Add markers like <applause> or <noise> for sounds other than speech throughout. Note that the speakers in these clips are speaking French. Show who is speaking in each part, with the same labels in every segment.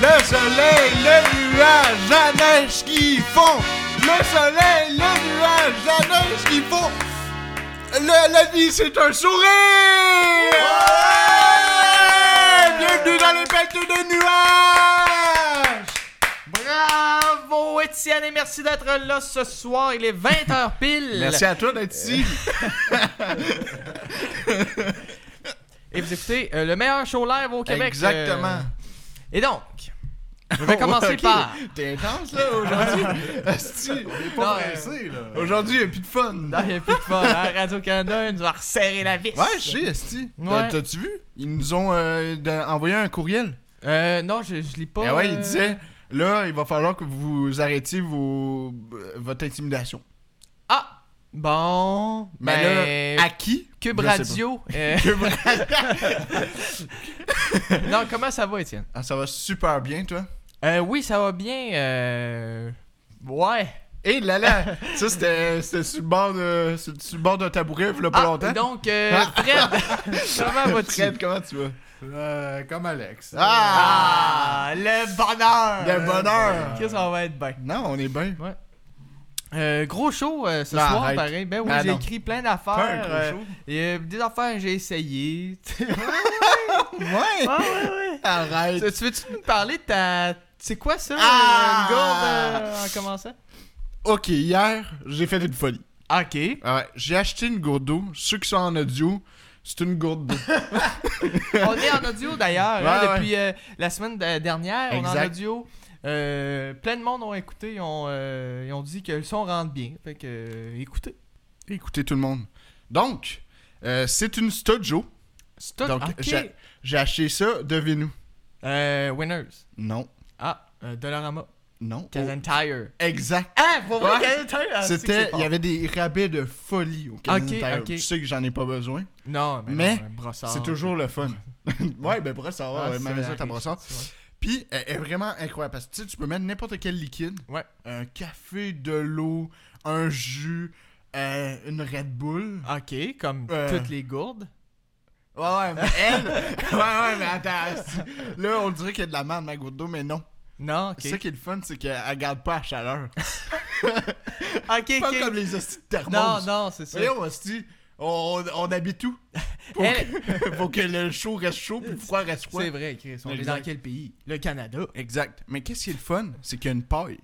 Speaker 1: Le soleil, le nuage, la neige qui fond. Le soleil, le nuage, la neige qui fond. Le- la vie, c'est un sourire! Ouais! Bienvenue dans les pâtes de nuages!
Speaker 2: Bravo Étienne et merci d'être là ce soir. Il est 20h pile.
Speaker 1: Merci à toi d'être ici.
Speaker 2: Et vous écoutez euh, le meilleur show live au Québec.
Speaker 1: Exactement. Oh,
Speaker 2: euh, Et donc,
Speaker 1: <laughs>
Speaker 2: je vais commencer
Speaker 1: Ok.
Speaker 2: par.
Speaker 1: <laughs> T'es intense, là, <laughs> aujourd'hui? Asti.
Speaker 2: Non,
Speaker 3: pressé, là.
Speaker 1: Aujourd'hui, il n'y a plus de fun.
Speaker 2: euh, non, il y a plus de fun. hein. Radio-Canada, il nous a resserré la vis.
Speaker 1: Ouais, je sais, Esti. T'as-
Speaker 2: Ouais.
Speaker 1: T'as-tu vu? Ils nous ont euh, de- envoyé un courriel.
Speaker 2: Euh, non, je, je lis pas.
Speaker 1: Et Ben ouais, ils
Speaker 2: euh,
Speaker 1: disaient, là, il va falloir que vous arrêtiez vos, euh, votre intimidation.
Speaker 2: Ah! Bon.
Speaker 1: Mais
Speaker 2: ben,
Speaker 1: là, à qui?
Speaker 2: Cube
Speaker 1: Je sais pas.
Speaker 2: Radio.
Speaker 1: <laughs>
Speaker 2: euh, <laughs> non, comment ça va, Étienne?
Speaker 1: Ah, ça va super bien, toi.
Speaker 2: Euh, oui, ça va bien. Euh... Ouais.
Speaker 1: Hé Eh là
Speaker 2: <laughs>
Speaker 1: là! ça, c'était c'était sur le bord de- sur sur le bord d'un tabouret, il y a pas
Speaker 2: Ah,
Speaker 1: longtemps.
Speaker 2: donc, euh,
Speaker 1: <laughs>
Speaker 2: Fred, comment vas-tu?
Speaker 1: Fred, comment tu vas?
Speaker 3: Euh, comme Alex.
Speaker 1: Ah!
Speaker 2: Ah, le bonheur!
Speaker 1: Le bonheur!
Speaker 2: Qu'est-ce qu'on va être bien?
Speaker 1: Non, on est bien.
Speaker 2: Euh, gros show euh, ce
Speaker 1: Non,
Speaker 2: soir,
Speaker 1: arrête.
Speaker 2: pareil. Ben oui,
Speaker 1: Ah,
Speaker 2: j'ai
Speaker 1: non.
Speaker 2: écrit plein
Speaker 1: Pas un
Speaker 2: d'affaires.
Speaker 1: gros
Speaker 2: euh,
Speaker 1: show.
Speaker 2: et, euh, des affaires, j'ai <laughs> essayé.
Speaker 1: Ouais!
Speaker 2: ah, <laughs> ouais, ouais.
Speaker 1: Arrête!
Speaker 2: Tu tu veux-tu nous parler de ta. C'est quoi ça,
Speaker 1: Ah!
Speaker 2: euh, une gourde euh, en commençant?
Speaker 1: Ok, hier, j'ai fait une folie.
Speaker 2: Ok.
Speaker 1: Ouais, j'ai acheté une gourde d'eau. Ceux qui sont en audio, c'est une gourde d'eau.
Speaker 2: On est en audio d'ailleurs,
Speaker 1: Ouais,
Speaker 2: hein,
Speaker 1: ouais.
Speaker 2: depuis euh, la semaine de- dernière, on est en
Speaker 1: Exact.
Speaker 2: audio. Euh, plein de monde ont écouté, ils ont, euh, ils ont dit que le son rentre bien. Fait que, euh, écoutez.
Speaker 1: Écoutez tout le monde. Donc, euh, c'est une Sturgeon.
Speaker 2: Stock,
Speaker 1: Donc,
Speaker 2: ok.
Speaker 1: j'ai- J'ai acheté ça, devinez-nous.
Speaker 2: Euh, winners.
Speaker 1: Non.
Speaker 2: Ah, euh, Dollarama.
Speaker 1: Oh. Non.
Speaker 2: Canadian Tire.
Speaker 1: Exact.
Speaker 2: Ah, pour vrai,
Speaker 1: Ouais.
Speaker 2: Canadian Tire? Ah, c'est que
Speaker 1: C'était,
Speaker 2: c'est fort.
Speaker 1: il y avait des rabais de folie au
Speaker 2: Ok,
Speaker 1: Canada.
Speaker 2: ok.
Speaker 1: Je sais que j'en ai pas besoin.
Speaker 2: Non, mais,
Speaker 1: Mais
Speaker 2: non, un brossard.
Speaker 1: C'est toujours le
Speaker 2: <laughs>
Speaker 1: fun. ouais, ben brossard,
Speaker 2: Ah,
Speaker 1: ouais,
Speaker 2: c'est
Speaker 1: ma maison est à
Speaker 2: vrai,
Speaker 1: brossard.
Speaker 2: c'est vrai.
Speaker 1: Puis, elle est vraiment incroyable parce que tu sais, tu peux mettre n'importe quel liquide.
Speaker 2: Ouais.
Speaker 1: Un café, de l'eau, un jus, euh, une Red
Speaker 2: Ah.
Speaker 1: Bull.
Speaker 2: Ok, comme
Speaker 1: Euh.
Speaker 2: toutes les gourdes.
Speaker 1: Ouais, ouais, mais elle. <laughs> ouais, ouais, mais attends. <laughs> c'est- Là, on dirait qu'il y a de la merde, ma goutte d'eau, mais non.
Speaker 2: Non, ok.
Speaker 1: C'est ça qui est le fun, c'est qu'elle garde pas la
Speaker 2: <laughs>
Speaker 1: chaleur.
Speaker 2: Ok,
Speaker 1: Pas
Speaker 2: ok.
Speaker 1: comme les hosties de thermos.
Speaker 2: Non, non, c'est ça.
Speaker 1: Voyons, hostie, on, on habite tout. <laughs> Pour,
Speaker 2: Elle-
Speaker 1: que, pour que le chaud reste chaud puis le froid reste froid.
Speaker 2: Eh, C'est vrai, Chris. On est
Speaker 1: Exact.
Speaker 2: dans quel pays Le Canada.
Speaker 1: Exact. Mais qu'est-ce qui est le fun? C'est qu'il y a une paille.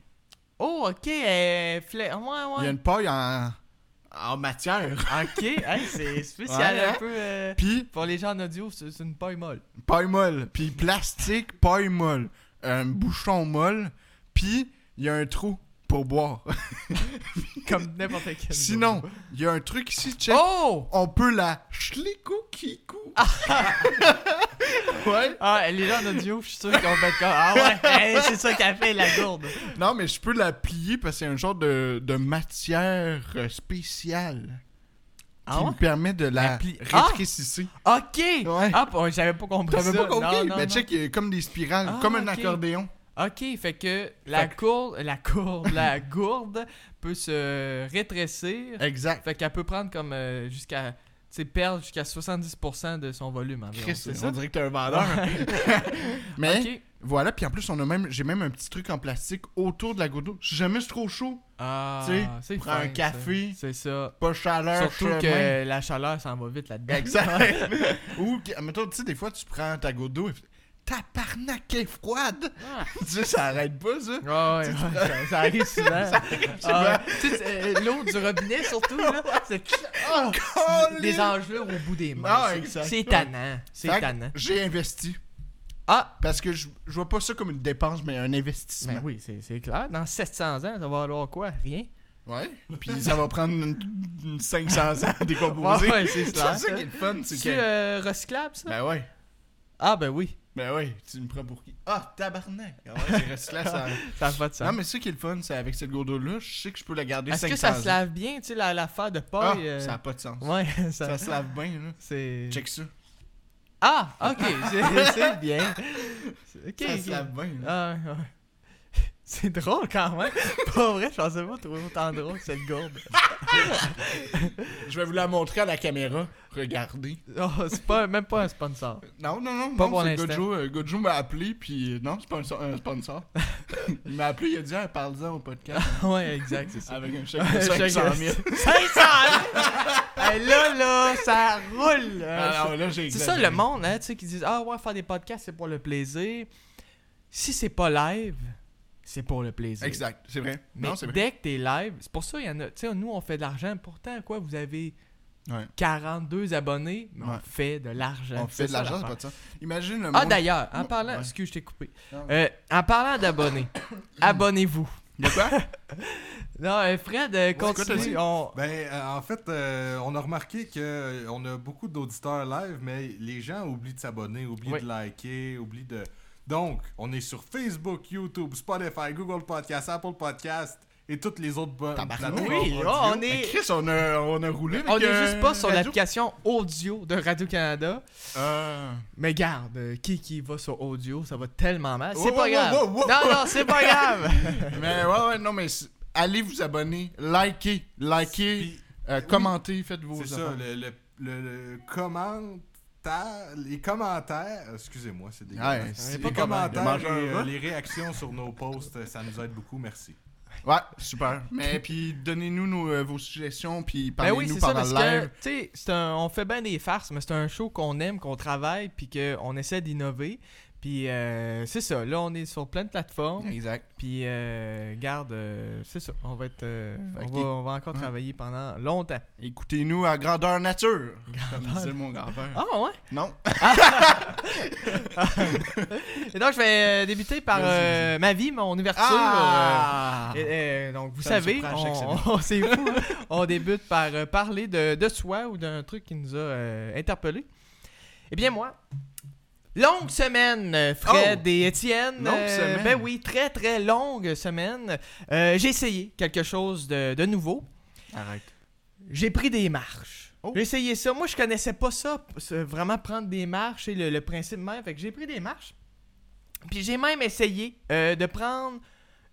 Speaker 2: Oh, ok. Euh, fla- Ouais,
Speaker 1: Il y
Speaker 2: ouais.
Speaker 1: a une paille en, en matière. <laughs>
Speaker 2: Ok, hey, c'est spécial
Speaker 1: Ouais,
Speaker 2: un
Speaker 1: hein?
Speaker 2: peu. euh,
Speaker 1: Puis,
Speaker 2: Pour les gens en audio, c'est c'est une paille molle.
Speaker 1: paille molle. Puis, plastique, paille molle. Un bouchon molle. Puis, il y a un trou pour
Speaker 2: <laughs>
Speaker 1: boire. <laughs>
Speaker 2: Comme n'importe quelle.
Speaker 1: Sinon, il y a un truc ici, check.
Speaker 2: Oh!
Speaker 1: On peut la
Speaker 2: <laughs>
Speaker 1: schlikou-kikou. <laughs> ouais.
Speaker 2: Ah, les gens en audio, je suis sûr qu'ils vont être comme.
Speaker 1: <laughs>
Speaker 2: Ah ouais, hey, c'est ça qu'a fait la gourde.
Speaker 1: Non, mais je peux la plier parce que c'est un genre de, de matière euh, spéciale
Speaker 2: Ah
Speaker 1: qui
Speaker 2: ouais?
Speaker 1: me permet de la,
Speaker 2: La pli- Ah!
Speaker 1: rétrécir.
Speaker 2: Ok!
Speaker 1: Ouais.
Speaker 2: Ah, bon, j'avais pas compris
Speaker 1: T'avais
Speaker 2: ça.
Speaker 1: pas compris?
Speaker 2: Non, non,
Speaker 1: ben,
Speaker 2: non.
Speaker 1: check, il y a comme des spirales,
Speaker 2: Ah,
Speaker 1: comme un
Speaker 2: ok.
Speaker 1: accordéon.
Speaker 2: Ok, fait que la
Speaker 1: que-
Speaker 2: gourde, la gourde, la gourde peut se rétrécir.
Speaker 1: Exact.
Speaker 2: Fait qu'elle peut prendre comme euh, jusqu'à. Tu sais, perdre jusqu'à 70% de son volume. environ,
Speaker 1: Chris, Hein?
Speaker 2: c'est
Speaker 1: on
Speaker 2: ça?
Speaker 1: dirait que t'es un vendeur. <laughs> mais
Speaker 2: Ok.
Speaker 1: voilà, puis en plus, on a même, j'ai même un petit truc en plastique autour de la goutte d'eau. Si jamais c'est trop chaud,
Speaker 2: Ah,
Speaker 1: Tu sais,
Speaker 2: c'est
Speaker 1: prends un
Speaker 2: fin, ça.
Speaker 1: café.
Speaker 2: C'est ça.
Speaker 1: pas chaleur,
Speaker 2: Surtout
Speaker 1: chemin.
Speaker 2: que la chaleur s'en va vite là-dedans.
Speaker 1: Exact. <laughs> Ou, que- mettons, tu sais, des fois, tu prends ta goutte d'eau et puis, tabarnak, elle est froide.
Speaker 2: Ah.
Speaker 1: tu sais, ça arrête pas, ça.
Speaker 2: Ouais, ouais, ouais, ça,
Speaker 1: <laughs>
Speaker 2: ça arrive souvent. Ah, tu sais, euh, L'eau du robinet, surtout, là, c'est Ah, des engelures au bout des mains.
Speaker 1: Oh, Ah,
Speaker 2: C'est-
Speaker 1: exact.
Speaker 2: c'est tannant. C'est
Speaker 1: Fait que
Speaker 2: tannant.
Speaker 1: J'ai investi.
Speaker 2: Ah!
Speaker 1: Parce que je, je vois pas ça comme une dépense, mais un investissement.
Speaker 2: Ben oui, c'est c'est clair. Dans 700 ans, ça va avoir quoi? Rien.
Speaker 1: Ouais. Puis ça va prendre une, une 500 ans à décomposer.
Speaker 2: Ouais, ouais, c'est
Speaker 1: ça. <laughs>
Speaker 2: clair.
Speaker 1: C'est ça qui est le fun, c'est
Speaker 2: C'est
Speaker 1: que.
Speaker 2: euh, recyclable, ça?
Speaker 1: Ben ouais.
Speaker 2: Ah, ben oui.
Speaker 1: Ben ouais, tu me prends pour qui Ah, tabarnak. Ah ouais, c'est recyclable,
Speaker 2: <laughs>
Speaker 1: ça.
Speaker 2: Ça a pas de sens.
Speaker 1: Non, mais ce qui est le fun, c'est avec cette gourde là je sais que je peux la garder
Speaker 2: Est-ce
Speaker 1: 500
Speaker 2: que ça se
Speaker 1: ans.
Speaker 2: lave bien, tu sais, la- l'affaire de
Speaker 1: Ah,
Speaker 2: paille? euh,
Speaker 1: ça a pas de sens.
Speaker 2: Ouais, <laughs>
Speaker 1: Ça,
Speaker 2: ça.
Speaker 1: se lave bien, là.
Speaker 2: c'est.
Speaker 1: Check ça.
Speaker 2: Ah, ok, <laughs> c'est- c'est bien. C'est- Ok.
Speaker 1: ça
Speaker 2: ok.
Speaker 1: se lave bien, là.
Speaker 2: Ah, ouais, ouais. <laughs> C'est drôle quand même. <laughs> Pas vrai, je pensais pas trouver autant drôle que cette gourde. Ah.
Speaker 1: Je vais vous la montrer à la caméra. regarder.
Speaker 2: Oh, c'est pas, même pas un sponsor.
Speaker 1: Non, non, non.
Speaker 2: Pas
Speaker 1: non,
Speaker 2: pour
Speaker 1: c'est
Speaker 2: l'instant.
Speaker 1: Gojo, euh, Gojo m'a appelé, puis euh, non, c'est pas un, so- un
Speaker 2: <laughs>
Speaker 1: sponsor. il m'a appelé, il a dit, ah, parle-en au podcast.
Speaker 2: ouais, exact, <laughs> c'est ça.
Speaker 1: avec un chèque de 500 000.
Speaker 2: <laughs> 500 Hey, Là, là, ça roule! là.
Speaker 1: Alors Ah, là, j'ai
Speaker 2: C'est ça
Speaker 1: exagéré.
Speaker 2: le monde, hein, tu sais, qui disent Ah ouais, faire des podcasts, c'est pour le plaisir. Si c'est pas live, c'est pour le plaisir.
Speaker 1: Exact, c'est vrai.
Speaker 2: Mais
Speaker 1: non, c'est vrai.
Speaker 2: dès que t'es live, c'est pour ça, il y en a. Tu sais, nous, on fait de l'argent. Pourtant, quoi, vous avez
Speaker 1: Ouais.
Speaker 2: 42 abonnés, mais
Speaker 1: Ouais.
Speaker 2: on fait de l'argent.
Speaker 1: On fait de
Speaker 2: ça,
Speaker 1: l'argent, c'est
Speaker 2: l'affaire.
Speaker 1: pas de ça. Imagine le
Speaker 2: Ah,
Speaker 1: monde.
Speaker 2: d'ailleurs, en
Speaker 1: Moi-
Speaker 2: parlant.
Speaker 1: ouais.
Speaker 2: Excuse, je t'ai coupé.
Speaker 1: Non.
Speaker 2: Euh, en parlant
Speaker 1: <coughs>
Speaker 2: d'abonnés, abonnez-vous.
Speaker 1: De
Speaker 2: <laughs>
Speaker 1: quoi?
Speaker 2: Non, euh, Fred, euh,
Speaker 1: quoi t'as
Speaker 2: continue.
Speaker 1: dit?
Speaker 2: on-
Speaker 3: Ben, euh, en fait, euh, on a remarqué que euh, on a beaucoup d'auditeurs live, mais les gens oublient de s'abonner, oublient
Speaker 2: Oui.
Speaker 3: de liker, oublient de. Donc, on est sur Facebook, YouTube, Spotify, Google Podcast, Apple Podcast et toutes les autres bonnes
Speaker 1: Tabarnak.
Speaker 3: plateformes
Speaker 2: Oui,
Speaker 3: audio.
Speaker 2: là, on
Speaker 1: Mais
Speaker 2: est.
Speaker 1: Chris, on a, on a roulé.
Speaker 2: On
Speaker 1: avec,
Speaker 2: est juste pas
Speaker 1: euh,
Speaker 2: sur
Speaker 1: radio.
Speaker 2: l'application audio de Radio-Canada.
Speaker 1: Euh,
Speaker 2: Mais garde, euh, qui qui va sur audio, ça va tellement mal.
Speaker 1: Wow,
Speaker 2: C'est
Speaker 1: wow,
Speaker 2: pas
Speaker 1: wow,
Speaker 2: grave.
Speaker 1: wow, wow.
Speaker 2: Non, non,
Speaker 1: <laughs>
Speaker 2: c'est pas grave.
Speaker 1: Mais ouais, ouais, non, mais c'est- allez vous abonner, likez, likez,
Speaker 3: Puis,
Speaker 1: euh, commentez, faites vos
Speaker 3: C'est ça,
Speaker 1: affaires.
Speaker 3: le, le, le- le commentaire. Les commentaires. Excusez-moi, c'est dégueulasse.
Speaker 1: Ouais, c'est
Speaker 2: pas
Speaker 3: les
Speaker 2: comment-
Speaker 3: commentaires
Speaker 1: Mange
Speaker 3: et
Speaker 1: un
Speaker 3: euh,
Speaker 1: rat.
Speaker 3: les réactions sur nos posts, ça nous aide beaucoup, merci.
Speaker 1: Ouais, <laughs> super. Mais puis donnez-nous nos, euh, vos suggestions, puis
Speaker 2: Ben
Speaker 1: parlez-nous
Speaker 2: oui, c'est ça,
Speaker 1: pendant
Speaker 2: parce
Speaker 1: le
Speaker 2: que,
Speaker 1: live.
Speaker 2: tu sais, c'est un- on fait bien des farces, mais c'est un show qu'on aime, qu'on travaille, puis qu'on essaie d'innover. Puis euh, c'est ça, là, on est sur plein de plateformes.
Speaker 1: Exact.
Speaker 2: Puis, euh, garde, euh, c'est ça, on va être. euh,
Speaker 1: Fait
Speaker 2: on,
Speaker 1: que-
Speaker 2: va, on va encore
Speaker 1: Ouais.
Speaker 2: travailler pendant longtemps.
Speaker 1: Écoutez-nous à grandeur nature, comme disait mon grand-père.
Speaker 2: Ah, ouais?
Speaker 1: Non,
Speaker 2: Et donc, je vais euh, débuter par
Speaker 1: Vas-y, vas-y.
Speaker 2: euh, ma vie, mon ouverture. euh,
Speaker 1: Ah!
Speaker 2: Et, euh, donc, vous
Speaker 1: Ça me
Speaker 2: savez,
Speaker 1: surprend à chaque
Speaker 2: on, on- <laughs> c'est fou, hein.
Speaker 1: <laughs>
Speaker 2: on débute par euh, parler de, de soi ou d'un truc qui nous a euh, interpellés. Eh bien, moi, longue semaine, euh, Fred et Étienne.
Speaker 1: Oh! Longue semaine.
Speaker 2: Ben oui, très, très longue semaine. Euh, J'ai essayé quelque chose de, de nouveau.
Speaker 1: Arrête.
Speaker 2: J'ai pris des marches.
Speaker 1: Oh.
Speaker 2: J'ai essayé ça. Moi, je connaissais pas ça, ce- vraiment prendre des marches et le, le principe même. Fait que j'ai pris des marches. Puis j'ai même essayé euh, de prendre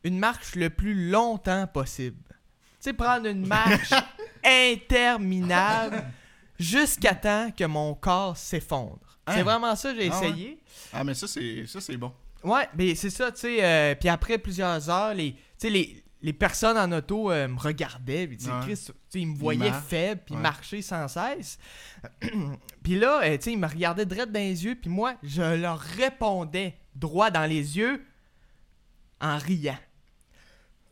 Speaker 2: une marche le plus longtemps possible. Tu sais, prendre
Speaker 1: <laughs>
Speaker 2: une marche interminable jusqu'à temps que mon corps s'effondre.
Speaker 1: Hein?
Speaker 2: C'est vraiment ça que j'ai
Speaker 1: Ah ouais?
Speaker 2: essayé.
Speaker 1: Ah, mais ça, c'est ça, c'est bon.
Speaker 2: Ouais, mais c'est ça, tu sais. euh, puis après plusieurs heures, les, tu sais, les, les personnes en auto euh, me regardaient. Puis, tu sais,
Speaker 1: Ouais.
Speaker 2: Chris, tu sais, ils me voyaient
Speaker 1: marchent,
Speaker 2: faible, puis
Speaker 1: ouais.
Speaker 2: marcher sans cesse. <clears throat> puis là, euh, tu sais, ils me regardaient droit dans les yeux, puis moi, je leur répondais droit dans les yeux
Speaker 1: <laughs>
Speaker 2: en riant.